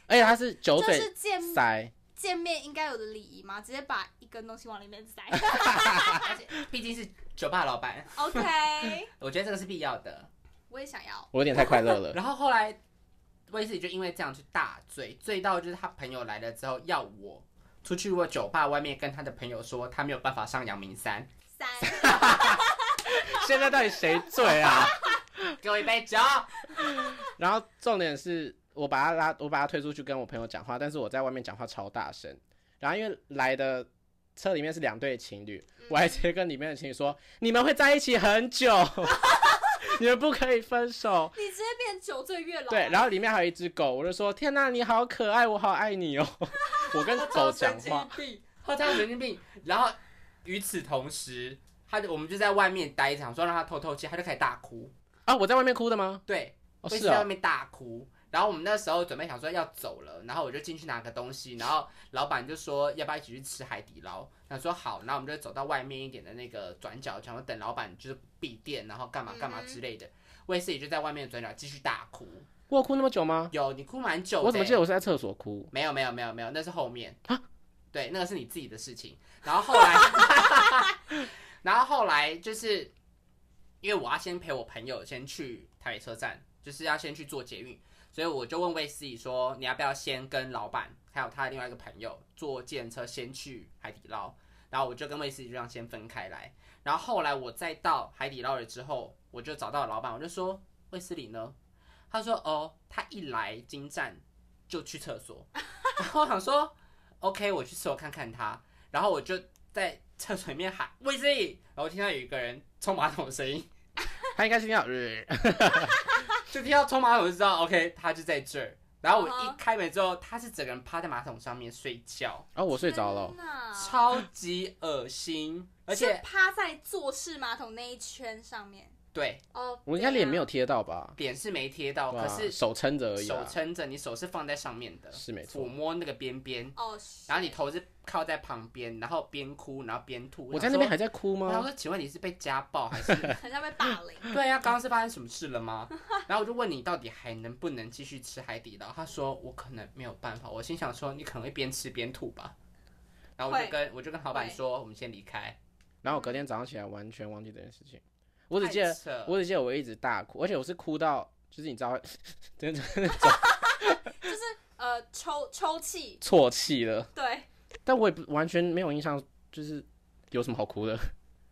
[SPEAKER 2] 而且他是酒
[SPEAKER 1] 这
[SPEAKER 2] 嘴
[SPEAKER 1] 是见
[SPEAKER 2] 塞，
[SPEAKER 1] 见面应该有的礼仪吗？直接把一根东西往里面
[SPEAKER 2] <laughs>
[SPEAKER 1] 塞。
[SPEAKER 3] 而且毕竟是酒吧老板，
[SPEAKER 1] OK，
[SPEAKER 3] 我觉得这个是必要的。
[SPEAKER 1] 我也想要。
[SPEAKER 2] 我有点太快乐了。
[SPEAKER 3] 然后后来威斯理就因为这样去大醉，醉到就是他朋友来了之后要我。出去我酒吧外面跟他的朋友说，他没有办法上阳明山，
[SPEAKER 1] 三，
[SPEAKER 2] <laughs> 现在到底谁醉 <laughs> 啊？
[SPEAKER 3] 给我一杯酒。
[SPEAKER 2] 然后重点是我把他拉，我把他推出去跟我朋友讲话，但是我在外面讲话超大声。然后因为来的车里面是两对情侣， <laughs> 我
[SPEAKER 1] 嗯
[SPEAKER 2] 还直接跟里面的情侣说：“你们会在一起很 <laughs> 久，你们不可以分手。
[SPEAKER 1] 你直接变酒醉月”老。
[SPEAKER 2] 对，然后里面还有一只狗，我就说：“天呐，你好可爱，我好爱你哦。” <laughs> 我跟狗讲话，，
[SPEAKER 3] 他超神经病。然后与此同时，他就我们就在外面待一场，说让他透透气，他就开始大哭。
[SPEAKER 2] 啊，我在外面哭的吗？
[SPEAKER 3] 对，
[SPEAKER 2] 哦，
[SPEAKER 3] 我一直
[SPEAKER 2] 是
[SPEAKER 3] 在
[SPEAKER 2] 啊、
[SPEAKER 3] 外面大哭。然后我们那时候准备想说要走了，然后我就进去拿个东西，然后老板就说要不要一起去吃海底捞？他说好，然后我们就走到外面一点的那个转角，想说等老板就是闭店，然后干嘛
[SPEAKER 2] 嗯
[SPEAKER 3] 干嘛之类的。卫斯理就在外面的转角继续大哭，
[SPEAKER 2] 我有哭那么久吗？
[SPEAKER 3] 有你哭蛮久的欸、
[SPEAKER 2] 我怎么记得我是在厕所哭？
[SPEAKER 3] 没有没有没有没有，那是后面
[SPEAKER 2] 啊
[SPEAKER 3] 对，那个是你自己的事情。然后后来， <laughs> 然后后来就是因为我要先陪我朋友先去台北车站，就是要先去坐捷运，所以我就问魏思怡说，你要不要先跟老板还有他的另外一个朋友坐计程车先去海底捞？然后我就跟魏思怡就这样先分开来。然后后来我再到海底捞了之后，我就找到老板，我就说魏思礼呢？他说哦，他一来金站就去厕所。然后我想说，OK，我去厕所看看他。然后我就在厕所里面喊“卫斯理”，然后听到有一个人冲马桶的声音，
[SPEAKER 2] 他应该是听到，呃
[SPEAKER 3] 就听到冲马桶就知道 OK，他就在这儿。然后我
[SPEAKER 1] 嗯哼
[SPEAKER 3] 一开门之后，他是整个人趴在马桶上面睡觉，
[SPEAKER 2] 哦，我睡着了
[SPEAKER 1] 天。哪
[SPEAKER 3] 超级恶心，而
[SPEAKER 1] 啊是
[SPEAKER 3] 且
[SPEAKER 1] 趴在坐式马桶那一圈上面，
[SPEAKER 3] 对，
[SPEAKER 1] 哦，
[SPEAKER 2] 我应该脸没
[SPEAKER 1] 有，
[SPEAKER 2] 有贴到吧？
[SPEAKER 3] 脸是没贴到，
[SPEAKER 2] 对啊
[SPEAKER 3] 哦可是
[SPEAKER 2] 手撑着而已
[SPEAKER 3] 手
[SPEAKER 2] 啦。
[SPEAKER 3] 撑着，你手是放在上面的，
[SPEAKER 2] 啊是没错
[SPEAKER 3] 抚摸那个边边，
[SPEAKER 1] 哦，
[SPEAKER 3] 然后你头是靠在旁边，然后边哭然后边吐。
[SPEAKER 2] 我在那边
[SPEAKER 3] 还
[SPEAKER 2] 还在哭
[SPEAKER 3] 他
[SPEAKER 2] 吗？
[SPEAKER 3] 说：“请问你是被家暴还是？，
[SPEAKER 1] 很像被霸凌
[SPEAKER 2] <laughs>
[SPEAKER 3] 对呀、刚刚是发生什么事了吗？”然后我就问你到底还能不能继续吃海底捞？他说：“我可能没有办法。”我心想说：“你可能会边吃边吐吧。”然后我就
[SPEAKER 1] 会
[SPEAKER 3] 跟我就跟老板
[SPEAKER 1] 会
[SPEAKER 3] 说：“我们先离开。
[SPEAKER 2] 然后我隔天早上起来完全忘记这件事情，”我只记
[SPEAKER 3] 太
[SPEAKER 2] 得
[SPEAKER 3] 扯
[SPEAKER 2] 我只记得我一直大哭，而且我是哭到就是你知道真的
[SPEAKER 1] 就是呃抽抽泣，
[SPEAKER 2] <laughs> 啜泣了，
[SPEAKER 1] 对，
[SPEAKER 2] 但我也不完全没有印象，就是有什么好哭的。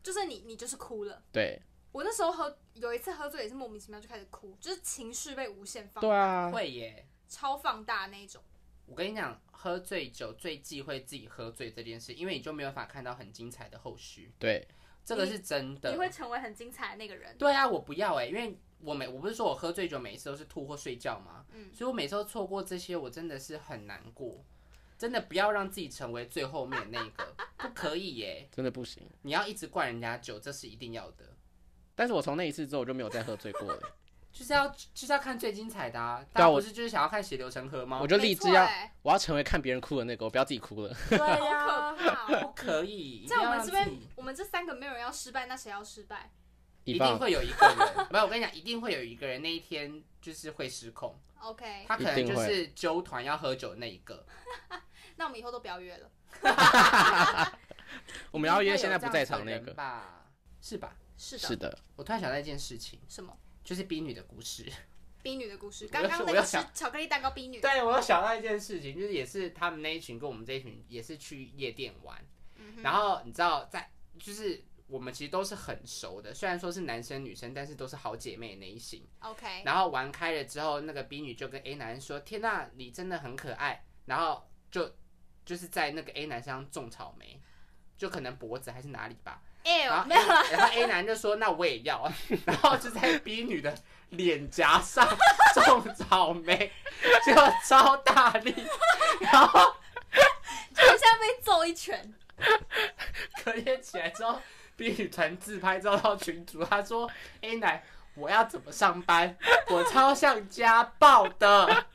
[SPEAKER 1] 就是你你就是哭了。
[SPEAKER 2] 对
[SPEAKER 1] 我那时候喝有一次喝醉也是莫名其妙就开始哭，就是情绪被无限放，
[SPEAKER 2] 对啊，
[SPEAKER 3] 会耶。
[SPEAKER 1] 超放大那一种。
[SPEAKER 3] 我跟你讲，喝醉酒最忌讳自己喝醉这件事，因为你就没有办法看到很精彩的后续，
[SPEAKER 2] 对，
[SPEAKER 3] 这个是真的
[SPEAKER 1] 你。会成为很精彩的那个人。
[SPEAKER 3] 对啊，我不要哎、因为我每我不是说我喝醉酒每一次都是吐或睡觉吗？嗯，所以我每次都错过这些，我真的是很难过。真的不要让自己成为最后面那个，不可以耶、
[SPEAKER 2] 真的不行。
[SPEAKER 3] 你要一直灌人家酒，这是一定要的，
[SPEAKER 2] 但是我从那一次之后我就没有再喝醉过
[SPEAKER 3] <laughs>
[SPEAKER 2] 了，
[SPEAKER 3] 就是要就是要看最精彩的啊！
[SPEAKER 2] 对啊
[SPEAKER 3] 大家
[SPEAKER 2] 我
[SPEAKER 3] 不是就是想要看血流成河吗
[SPEAKER 2] 我？就立
[SPEAKER 1] 没
[SPEAKER 2] 志
[SPEAKER 1] 错
[SPEAKER 2] 要 <laughs>
[SPEAKER 1] 欸
[SPEAKER 2] 我要成为看别人哭的那个，我不要自己哭了。
[SPEAKER 3] 对
[SPEAKER 1] 好
[SPEAKER 3] 呀、
[SPEAKER 1] 可怕
[SPEAKER 3] 不
[SPEAKER 1] 哦！
[SPEAKER 3] 可以，一定
[SPEAKER 1] 在我
[SPEAKER 3] 要
[SPEAKER 1] 们
[SPEAKER 3] 让
[SPEAKER 1] 这
[SPEAKER 3] 自
[SPEAKER 1] 边
[SPEAKER 3] 己。，
[SPEAKER 1] 我们这三个没有人要失败，那谁要失败？
[SPEAKER 2] 一
[SPEAKER 3] 一定
[SPEAKER 2] 棒
[SPEAKER 3] 会有一个人，没有，我跟你讲，一定会有一个人那一天就是会失控，
[SPEAKER 1] OK，
[SPEAKER 3] 他可能
[SPEAKER 2] 一定
[SPEAKER 3] 就
[SPEAKER 2] 会
[SPEAKER 3] 是纠团要喝酒那一个。
[SPEAKER 1] 那我们以后都不要约了，
[SPEAKER 2] 我们要约
[SPEAKER 3] 一定
[SPEAKER 2] 现
[SPEAKER 3] 会
[SPEAKER 2] 在
[SPEAKER 3] 有
[SPEAKER 2] 不在
[SPEAKER 3] 这
[SPEAKER 2] 场
[SPEAKER 3] 样子
[SPEAKER 2] 那
[SPEAKER 3] 的人
[SPEAKER 2] 个。
[SPEAKER 3] 吧，是吧？
[SPEAKER 1] 是的，
[SPEAKER 2] 是的，
[SPEAKER 3] 我突然想到一件事情，
[SPEAKER 1] 什么
[SPEAKER 3] 就是冰女的故事。
[SPEAKER 1] 冰女的故事？
[SPEAKER 3] 我要
[SPEAKER 1] 刚刚那
[SPEAKER 3] 我要
[SPEAKER 1] 个是
[SPEAKER 3] 想
[SPEAKER 1] 巧克力蛋糕冰女，
[SPEAKER 3] <laughs> 对，我又想到一件事情，就是也是他们那一群跟我们这一群也是去夜店玩，然后你知道在就是我们其实都是很熟的，虽然说是男生女生，但是都是好姐妹那一型。
[SPEAKER 1] ，OK，
[SPEAKER 3] 然后玩开了之后，那个 B 女就跟 A 男说：“天呐、你真的很可爱。”然后就就是在那个 A 男身上种草莓，就可能脖子还是哪里吧。
[SPEAKER 1] 哎
[SPEAKER 3] 然
[SPEAKER 1] 呦，
[SPEAKER 3] 后
[SPEAKER 1] 没 <laughs> 有啦，
[SPEAKER 3] 然后 A 男就说：“那我也要。” <laughs> 然后就在 B 女的脸颊上种草莓，就超大力，然后
[SPEAKER 1] 就像被揍一拳，
[SPEAKER 3] 隔天起来之后，B 女传自拍照到群主，她说：“A 男，我要怎么上班？我超像家暴的。”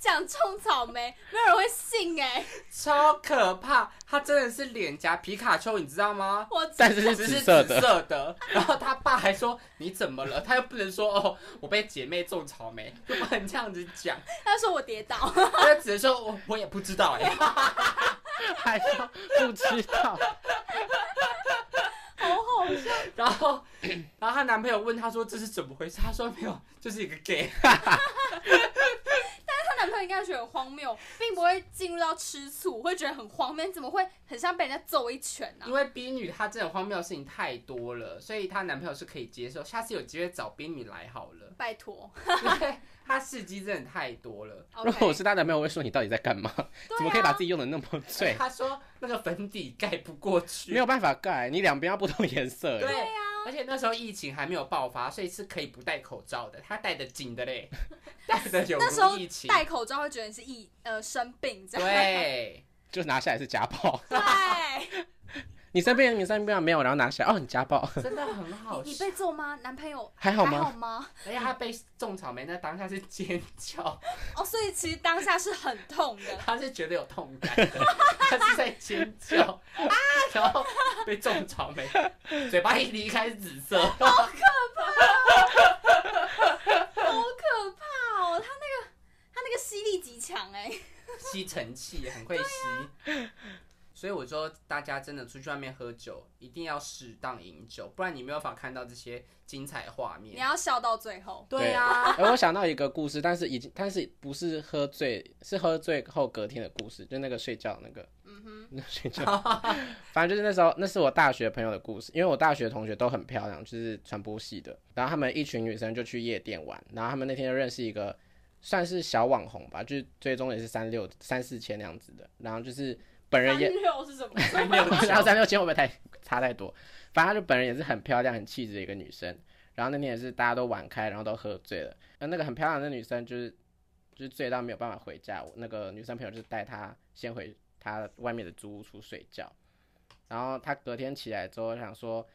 [SPEAKER 1] 讲种草莓，没有人会信哎，
[SPEAKER 3] 超可怕！他真的是脸颊皮卡丘，你知道吗？
[SPEAKER 1] 我
[SPEAKER 2] <laughs> 但是是
[SPEAKER 3] <laughs> 只
[SPEAKER 2] 紫
[SPEAKER 3] 是
[SPEAKER 2] 色
[SPEAKER 3] 紫
[SPEAKER 2] 的，
[SPEAKER 3] 色的，然后他爸还说你怎么了？他又不能说哦，我被姐妹种草莓，又不能这样子讲， <laughs>
[SPEAKER 1] 他说我跌倒，
[SPEAKER 3] 他就只能说我我也不知道哎、
[SPEAKER 2] 还说不知道，
[SPEAKER 1] 好好笑，
[SPEAKER 3] <laughs> 然后，然后她男朋友问她说这是怎么回事？她说没有，就是一个 gay。
[SPEAKER 1] 她男朋友应该觉得很荒谬，并不会进入到吃醋，会觉得很荒谬，你怎么会很像被人家揍一拳啊呢
[SPEAKER 3] 因？为 B 女她这种荒谬的事情太多了，所以她男朋友是可以接受。下次有机会找 B 女来好
[SPEAKER 2] <laughs>
[SPEAKER 3] 了，
[SPEAKER 1] 拜托
[SPEAKER 3] 因为她事迹真的太多了。
[SPEAKER 2] 如
[SPEAKER 1] ，OK，
[SPEAKER 2] 果我是她男朋友，我会说你到底在干嘛？
[SPEAKER 3] 啊
[SPEAKER 2] 怎么可以把自
[SPEAKER 1] 己？
[SPEAKER 2] 己用的那么
[SPEAKER 3] <laughs>
[SPEAKER 2] 醉？
[SPEAKER 3] 他说那个粉底盖不过去，
[SPEAKER 2] 没有办法盖，你两边要不同颜色。
[SPEAKER 3] 对
[SPEAKER 1] 对啊呀。
[SPEAKER 2] 啊
[SPEAKER 3] 而且那时候疫情还没有爆发，所以是可以不戴口罩的。他戴的紧的嘞， <laughs> 戴的有
[SPEAKER 1] 那时候
[SPEAKER 3] 如疫情。
[SPEAKER 1] 戴口罩会觉得你是疫呃生病这样。
[SPEAKER 3] 对，
[SPEAKER 2] 就拿下来是家暴。 <laughs>
[SPEAKER 1] 对，
[SPEAKER 2] 你身边你身边没有，然后拿下来哦，你家
[SPEAKER 3] <laughs>
[SPEAKER 2] 暴
[SPEAKER 3] 真的很好
[SPEAKER 1] 你你
[SPEAKER 3] 笑。
[SPEAKER 1] 被揍吗？男朋友
[SPEAKER 2] 还好
[SPEAKER 1] 还好
[SPEAKER 2] 吗？
[SPEAKER 1] 吗？
[SPEAKER 3] 而且他被种草莓那当下是尖叫， <laughs>
[SPEAKER 1] 哦，所以其实当下是很痛
[SPEAKER 2] <laughs>
[SPEAKER 1] 的。
[SPEAKER 3] 他是觉得有痛感的， <laughs> 他是在尖叫
[SPEAKER 1] <laughs>
[SPEAKER 3] 啊，然后被种草莓，嘴巴一离开是紫色，
[SPEAKER 1] 好
[SPEAKER 3] <laughs>
[SPEAKER 1] 可怕哦！他那个他那个吸力极强哎，
[SPEAKER 3] 吸尘器很会吸。所以我说，大家真的出去外面喝酒，一定要适当饮酒，不然你没有办法看到这些精彩画
[SPEAKER 1] 你
[SPEAKER 3] 面。
[SPEAKER 1] 要啊笑到最后。
[SPEAKER 3] 对呀、
[SPEAKER 2] 哎、我想到一个故事，但是已经但是不是喝醉，是喝醉后隔天的故事，就那个睡觉那个，嗯哼，那 <laughs> 睡觉，反正就是那时候那是我大学朋友的故事，因为我大学同学都很漂亮，就是传播系的，然后他们一群女生就去夜店玩，然后他们那天就认识一个算是小网红吧，就是最终也是三六三四千那样子的，然后就是本人
[SPEAKER 1] 三
[SPEAKER 2] 也
[SPEAKER 1] 六是什么？
[SPEAKER 3] 三六
[SPEAKER 2] 然后
[SPEAKER 3] 九，
[SPEAKER 2] 三六千会不会太差太多？反正她就本人也是很漂亮、很气质的一个女生。然后那天也是大家都玩开，然后都喝醉了。那那个很漂亮的女生就是就是醉到没有办法回家，我那个女生朋友就带她先回她外面的租屋处睡觉。然后她隔天起来之后想说，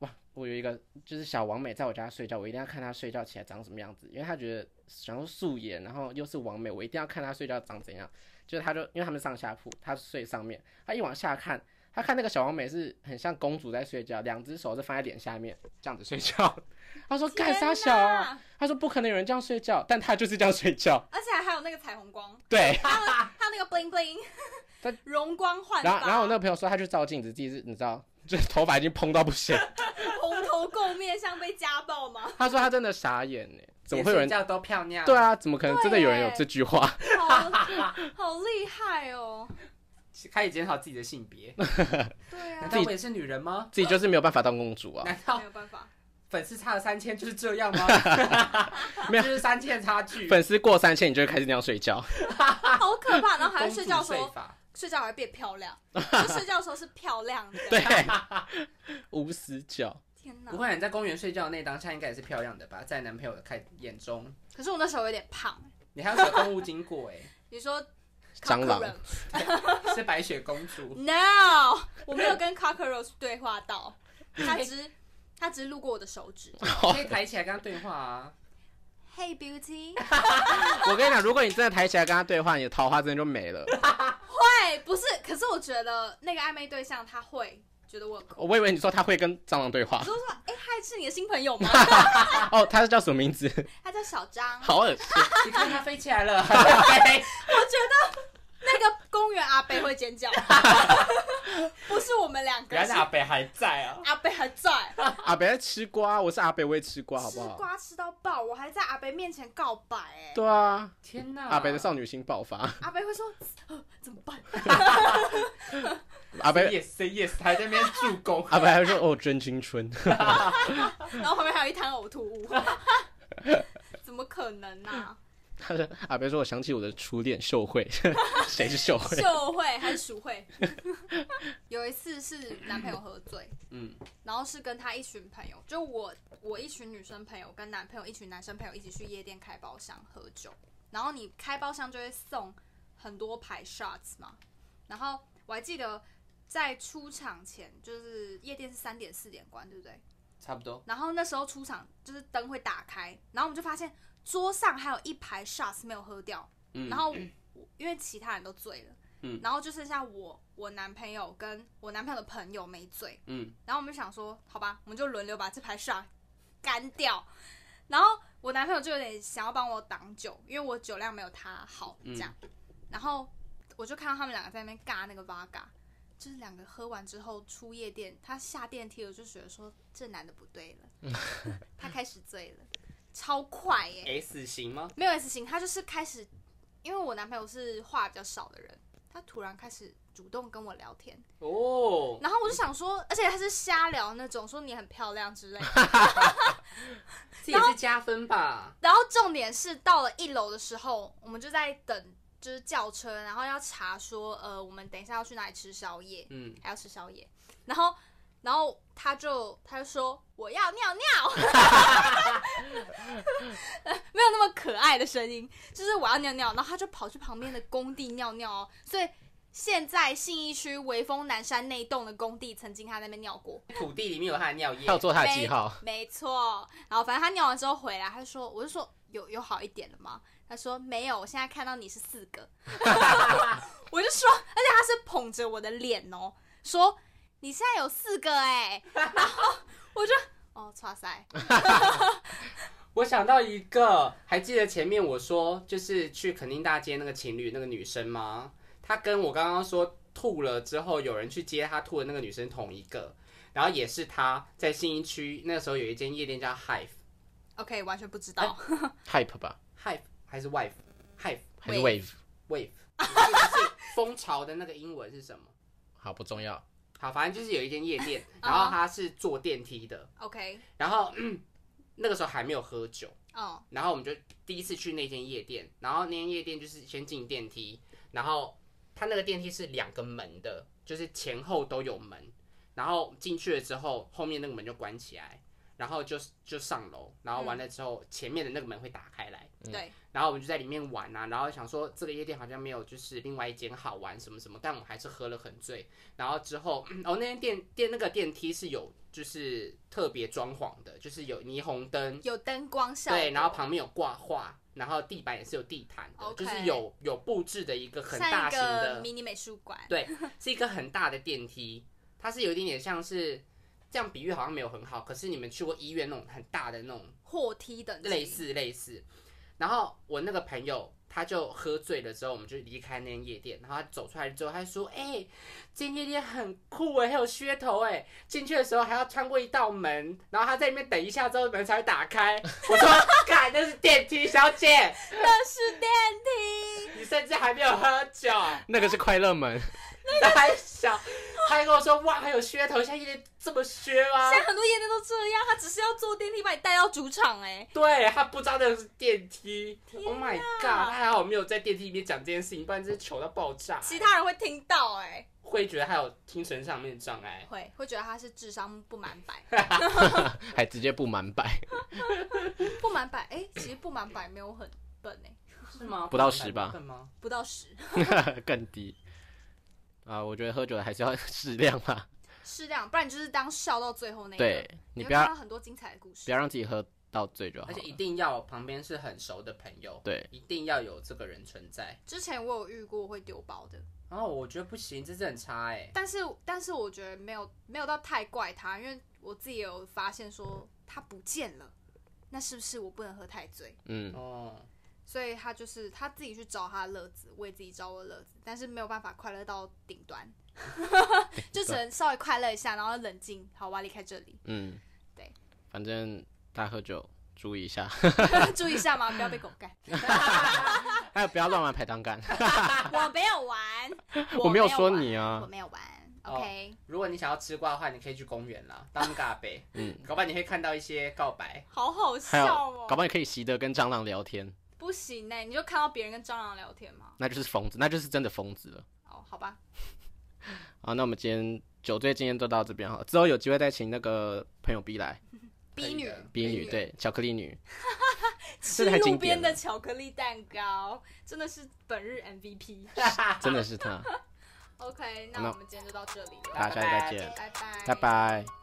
[SPEAKER 2] 哇，我有一个就是小王美在我家睡觉，我一定要看她睡觉起来长什么样子，因为她觉得想要素颜，然后又是王美，我一定要看她睡觉长怎样。就是她就因为他们上下铺，她睡上面，她一往下看，她看那个小王美是很像公主在睡觉，两只手是放在脸下面这样子睡觉。 <laughs> 她说 <laughs> 干啥小啊？
[SPEAKER 1] 天哪
[SPEAKER 2] 她说不可能有人这样睡觉，但她就是这样睡觉。
[SPEAKER 1] 而且还有那个彩虹光，
[SPEAKER 2] 对，
[SPEAKER 1] 还有还有那个 bling bling，
[SPEAKER 2] 他
[SPEAKER 1] <laughs> 容光焕发，
[SPEAKER 2] 然后然后我那个朋友说，他去照镜子，自己是你知道，就是头发已经蓬到不行。
[SPEAKER 1] 蓬头垢面，像被家暴
[SPEAKER 2] <laughs>
[SPEAKER 1] 吗？
[SPEAKER 2] 他说他真的傻眼呢，怎么会有人
[SPEAKER 3] 这？样都漂亮？
[SPEAKER 2] 对，啊，怎么可能真的有人有这句话？
[SPEAKER 1] 好好厉害哦！
[SPEAKER 3] 开始检讨自己的性别。
[SPEAKER 1] 对
[SPEAKER 3] 难
[SPEAKER 1] 啊，
[SPEAKER 3] 道我也是女人吗？
[SPEAKER 2] 自己就是没有办法当公主啊。
[SPEAKER 3] 难道
[SPEAKER 1] 没有办法，
[SPEAKER 3] 粉丝差了三千就是这样吗？
[SPEAKER 2] 没有
[SPEAKER 3] 就是三千的差距。
[SPEAKER 2] 粉丝过三千，你就会开始那样睡觉。
[SPEAKER 1] 好可怕。然后还会
[SPEAKER 3] 公主
[SPEAKER 1] 睡觉
[SPEAKER 2] <laughs>
[SPEAKER 1] 的时
[SPEAKER 3] 睡
[SPEAKER 1] 候，
[SPEAKER 3] 法，
[SPEAKER 1] 睡觉还会变漂亮，就睡觉的时候是漂亮的。
[SPEAKER 2] <laughs> 对，无死角。
[SPEAKER 1] 天哪
[SPEAKER 3] 不！会，你在公园睡觉的那当下应该也是漂亮的吧？在男朋友的看眼中，
[SPEAKER 1] 可是我那时候有点胖。
[SPEAKER 3] 你还有小动物经过哎、
[SPEAKER 1] 你说
[SPEAKER 2] 蟑螂
[SPEAKER 1] cockroach
[SPEAKER 3] 是白雪公主。
[SPEAKER 1] No，我没有跟 cockroach 对话到，他
[SPEAKER 2] <laughs>
[SPEAKER 1] 只他只路过我的手指。
[SPEAKER 3] 可以抬起来跟他对话啊。
[SPEAKER 1] Hey beauty，
[SPEAKER 2] 我跟你讲，如果你真的抬起来跟他对话，你的桃花真的就没了。
[SPEAKER 1] 会不是？可是我觉得那个暧昧对象他会觉得我很酷，
[SPEAKER 2] 我以为你说他会跟蟑螂 <laughs> 对
[SPEAKER 1] 我
[SPEAKER 2] 话。
[SPEAKER 1] 就说哎嗨是你的新朋友吗？
[SPEAKER 2] 哦，他叫什么名字？
[SPEAKER 1] <laughs> 他叫小 <laughs> 张。
[SPEAKER 2] 好恶心。
[SPEAKER 3] 你看它飞起来了， <laughs>
[SPEAKER 1] 我觉得那个公园阿北会尖叫， <laughs> 不是我们两个，
[SPEAKER 3] 原
[SPEAKER 1] 是
[SPEAKER 3] 来阿北还在啊。
[SPEAKER 1] 阿北还在，
[SPEAKER 2] 阿北在吃瓜，我是阿北，我也吃瓜，好
[SPEAKER 1] 吃
[SPEAKER 2] 不好？
[SPEAKER 1] 瓜吃到爆，我还在阿北面前告白哎、
[SPEAKER 2] 对啊，
[SPEAKER 3] 天哪！
[SPEAKER 2] 阿北的少女心爆发。
[SPEAKER 1] 阿北会说 <gasps> 呃怎么办？
[SPEAKER 2] 阿北
[SPEAKER 3] Say yes say yes，还在那边助
[SPEAKER 2] <laughs>
[SPEAKER 3] 攻。
[SPEAKER 2] 阿北还说：“哦，真青春。
[SPEAKER 1] 然后旁边还有一滩呕吐物， <laughs> 怎么可能呢、啊？”
[SPEAKER 2] 他说：“阿北说，我想起我的初恋秀 <laughs> 慧，谁是秀慧？
[SPEAKER 1] 秀慧还是淑慧？ <laughs> 有一次是男朋友喝醉，
[SPEAKER 3] 嗯，
[SPEAKER 1] 然后是跟他一群朋友，就我我一群女生朋友跟男朋友一群男生朋友一起去夜店开包厢喝酒，然后你开包厢就会送很多排 shots 嘛，然后我还记得在出场前，就是夜店是三点四点关，对不对？
[SPEAKER 3] 差不多。
[SPEAKER 1] 然后那时候出场就是灯会打开，然后我们就发现桌上还有一排 shots 没有喝掉，
[SPEAKER 3] 嗯
[SPEAKER 1] 然后我因为其他人都醉了，
[SPEAKER 3] 嗯
[SPEAKER 1] 然后就剩下我、我男朋友跟我男朋友的朋友没醉，
[SPEAKER 3] 嗯，
[SPEAKER 1] 然后我们就想说，好吧，我们就轮流把这排 shot 干掉，然后我男朋友就有点想要帮我挡酒，因为我酒量没有他好这样，然后我就看到他们两个在那边尬那个 v 嘎，就是两个喝完之后出夜店，他下电梯我就觉得说这男的不对了，他开始醉了，超快耶、
[SPEAKER 3] S 型吗？
[SPEAKER 1] 没有 S 型，他就是开始，因为我男朋友是话比较少的人，他突然开始主动跟我聊天，
[SPEAKER 3] 哦，
[SPEAKER 1] 然后我就想说，而且他是瞎聊那种，说你很漂亮之类的。 <laughs>
[SPEAKER 3] 这也是加分吧？
[SPEAKER 1] 然后重点是到了一楼的时候，我们就在等就是叫车，然后要查说呃我们等一下要去哪里吃宵夜，
[SPEAKER 3] 嗯，
[SPEAKER 1] 还要吃宵夜，然后然后他就他就说我要尿尿， <laughs> 没有那么可爱的声音，就是我要尿尿，然后他就跑去旁边的工地尿尿哦，所以。现在信义区微风南山那一栋的工地，曾经他在那边尿过，
[SPEAKER 3] 土地里面有他的尿液
[SPEAKER 2] 他。有做他的记号。
[SPEAKER 1] 没错，然后反正他尿完之后回来，他就说，我就说有有好一点了吗？他说没有，我现在看到你是四个， <laughs> 我就说，而且他是捧着我的脸哦，说你现在有四个哎、然后我就哦，哇塞，
[SPEAKER 3] 我想到一个，还记得前面我说就是去垦丁大街那个情侣那个女生吗？她跟我刚刚说吐了之后，有人去接她吐的那个女生同一个，然后也是她在信义区那时候有一间夜店叫 Hive，Hive
[SPEAKER 1] ，OK，完全不知
[SPEAKER 3] 哎
[SPEAKER 1] 道，
[SPEAKER 2] Hype 吧，
[SPEAKER 3] 还是 Wife，Hive
[SPEAKER 2] 还是
[SPEAKER 1] Wave
[SPEAKER 2] Wave？
[SPEAKER 3] Wave，你记得是风潮的那个英文是什么？
[SPEAKER 2] 好，不重要。
[SPEAKER 3] 好，反正就是有一间夜店，
[SPEAKER 1] 啊
[SPEAKER 3] 然后她是坐电梯的，
[SPEAKER 1] OK，
[SPEAKER 3] 然后、嗯那个时候还没有喝酒。
[SPEAKER 1] 哦，
[SPEAKER 3] 然后我们就第一次去那间夜店，然后那间夜店就是先进电梯，然后它那个电梯是两个门的，就是前后都有门，然后进去了之后，后面那个门就关起来，然后就就上楼，然后完了之后，前面的那个门会打开来，
[SPEAKER 1] 对，
[SPEAKER 3] 然后我们就在里面玩啊，然后想说这个夜店好像没有就是另外一间好玩什么什么，但我们还是喝了很醉。然后之后 <clears throat> 哦，那间电电那个电梯是有就是特别装潢的，就是有霓虹灯，
[SPEAKER 1] 有灯光效果，
[SPEAKER 3] 对，然后旁边有挂画，然后地板也是有地毯的
[SPEAKER 1] OK
[SPEAKER 3] 就是有有布置的一个很
[SPEAKER 1] 像
[SPEAKER 3] 大
[SPEAKER 1] 一
[SPEAKER 3] 型的
[SPEAKER 1] 个迷你美术馆，
[SPEAKER 3] 对，是一个很大的电梯，它是有一点点像是这样比喻好像没有很好，可是你们去过医院那种很大的那种
[SPEAKER 1] 货梯等级
[SPEAKER 3] 类，似类似。然后我那个朋友他就喝醉了之后，我们就离开那间夜店，然后他走出来之后，他就说：“哎、这间夜店很酷哎，很有噱头哎，进去的时候还要穿过一道门，然后他在里面等一下之后门才会打开。”我说：“ <laughs> 看，那是电梯小姐，
[SPEAKER 1] 那是电梯，
[SPEAKER 3] 你甚至还没有喝酒。”
[SPEAKER 2] 那个是快乐门，
[SPEAKER 3] 太小，他还跟我说哇，还有噱头，现在夜店这么噱吗
[SPEAKER 1] 现？在很多夜店都这样，他只是要坐电梯把你带到主场，哎，
[SPEAKER 3] 对他不知道那是电梯，Oh my
[SPEAKER 1] 哪
[SPEAKER 3] god！他还好没有在电梯里面讲这件事情，不然真是糗到爆炸。欸
[SPEAKER 1] 其他人会听到，哎，
[SPEAKER 3] 会觉得他有精神上面的障碍。
[SPEAKER 1] 会会觉得他是智商不满百， <laughs>
[SPEAKER 2] 还直接不满百，
[SPEAKER 1] 不满百，哎，其实不满百没有很笨，哎，
[SPEAKER 3] 是吗？
[SPEAKER 2] 不到十吧
[SPEAKER 3] 笨吗？
[SPEAKER 1] 不到十，
[SPEAKER 2] <laughs> 更低。啊，我觉得喝酒的还是要 <laughs> 适量嘛，
[SPEAKER 1] 适量，不然你就是当笑到最后那一个，
[SPEAKER 2] 对你
[SPEAKER 1] 会
[SPEAKER 2] 不要
[SPEAKER 1] 看到很多精彩的故
[SPEAKER 2] 不
[SPEAKER 1] 事，
[SPEAKER 2] 要让自己喝到醉就好
[SPEAKER 3] 而
[SPEAKER 2] 了
[SPEAKER 3] 且。一定要旁边是很熟的朋友，
[SPEAKER 2] 对，
[SPEAKER 3] 一定要有这个人存在。
[SPEAKER 1] 之前我有遇过会丢包的。
[SPEAKER 3] 然后我觉得不行，这是很差哎、
[SPEAKER 1] 但是但是我觉得没有没有到太怪他，因为我自己也有发现说他不见了，那是不是我不能喝太醉？
[SPEAKER 2] 嗯，
[SPEAKER 3] 哦，
[SPEAKER 1] 所以他就是他自己去找他的乐子，我也自己找我的乐子，但是没有办法快乐到顶
[SPEAKER 2] <laughs>
[SPEAKER 1] 端，就只能稍微快乐一下，然后冷静，好，我要离开这
[SPEAKER 2] <laughs>
[SPEAKER 1] 里，
[SPEAKER 2] 嗯，
[SPEAKER 1] 对，
[SPEAKER 2] 反正大家喝酒注意一下，
[SPEAKER 1] 注意一下嘛，不要被狗干。
[SPEAKER 2] 还有不要乱玩排档杆。
[SPEAKER 1] 我没有玩，
[SPEAKER 2] <laughs> 我没有说
[SPEAKER 1] 玩
[SPEAKER 2] 你啊
[SPEAKER 1] <laughs> 我没有玩。OK，、
[SPEAKER 3] 如果你想要吃瓜的话，你可以去公园啦，当嘎呗。
[SPEAKER 2] 嗯
[SPEAKER 3] 嗯，搞不好你会看到一些告白。
[SPEAKER 1] 好好
[SPEAKER 2] 还有
[SPEAKER 1] 笑，
[SPEAKER 2] 搞
[SPEAKER 1] 哦，
[SPEAKER 2] 不好你可以习得跟蟑螂聊天，
[SPEAKER 1] 不行呢、你就看到别人跟蟑螂聊天吗？
[SPEAKER 2] 那就是疯子，那就是真的疯子了。
[SPEAKER 1] 哦，好吧，
[SPEAKER 2] 好，那我们今天酒醉今天就到这边哈，之后有机会再请那个朋友 B 来
[SPEAKER 3] 可以
[SPEAKER 1] B 女
[SPEAKER 3] 的
[SPEAKER 2] ，B 女对，巧克力女，
[SPEAKER 1] 吃
[SPEAKER 2] 这太
[SPEAKER 1] 路
[SPEAKER 2] 经
[SPEAKER 1] 边
[SPEAKER 2] 典
[SPEAKER 1] 的
[SPEAKER 2] 了，
[SPEAKER 1] 巧克力蛋糕，真的是本日 MVP。
[SPEAKER 2] 真的是她。
[SPEAKER 1] OK，
[SPEAKER 2] 那
[SPEAKER 1] 那我们今天就到这里了，
[SPEAKER 2] 大家下次再见，
[SPEAKER 1] 拜拜，
[SPEAKER 2] 拜拜。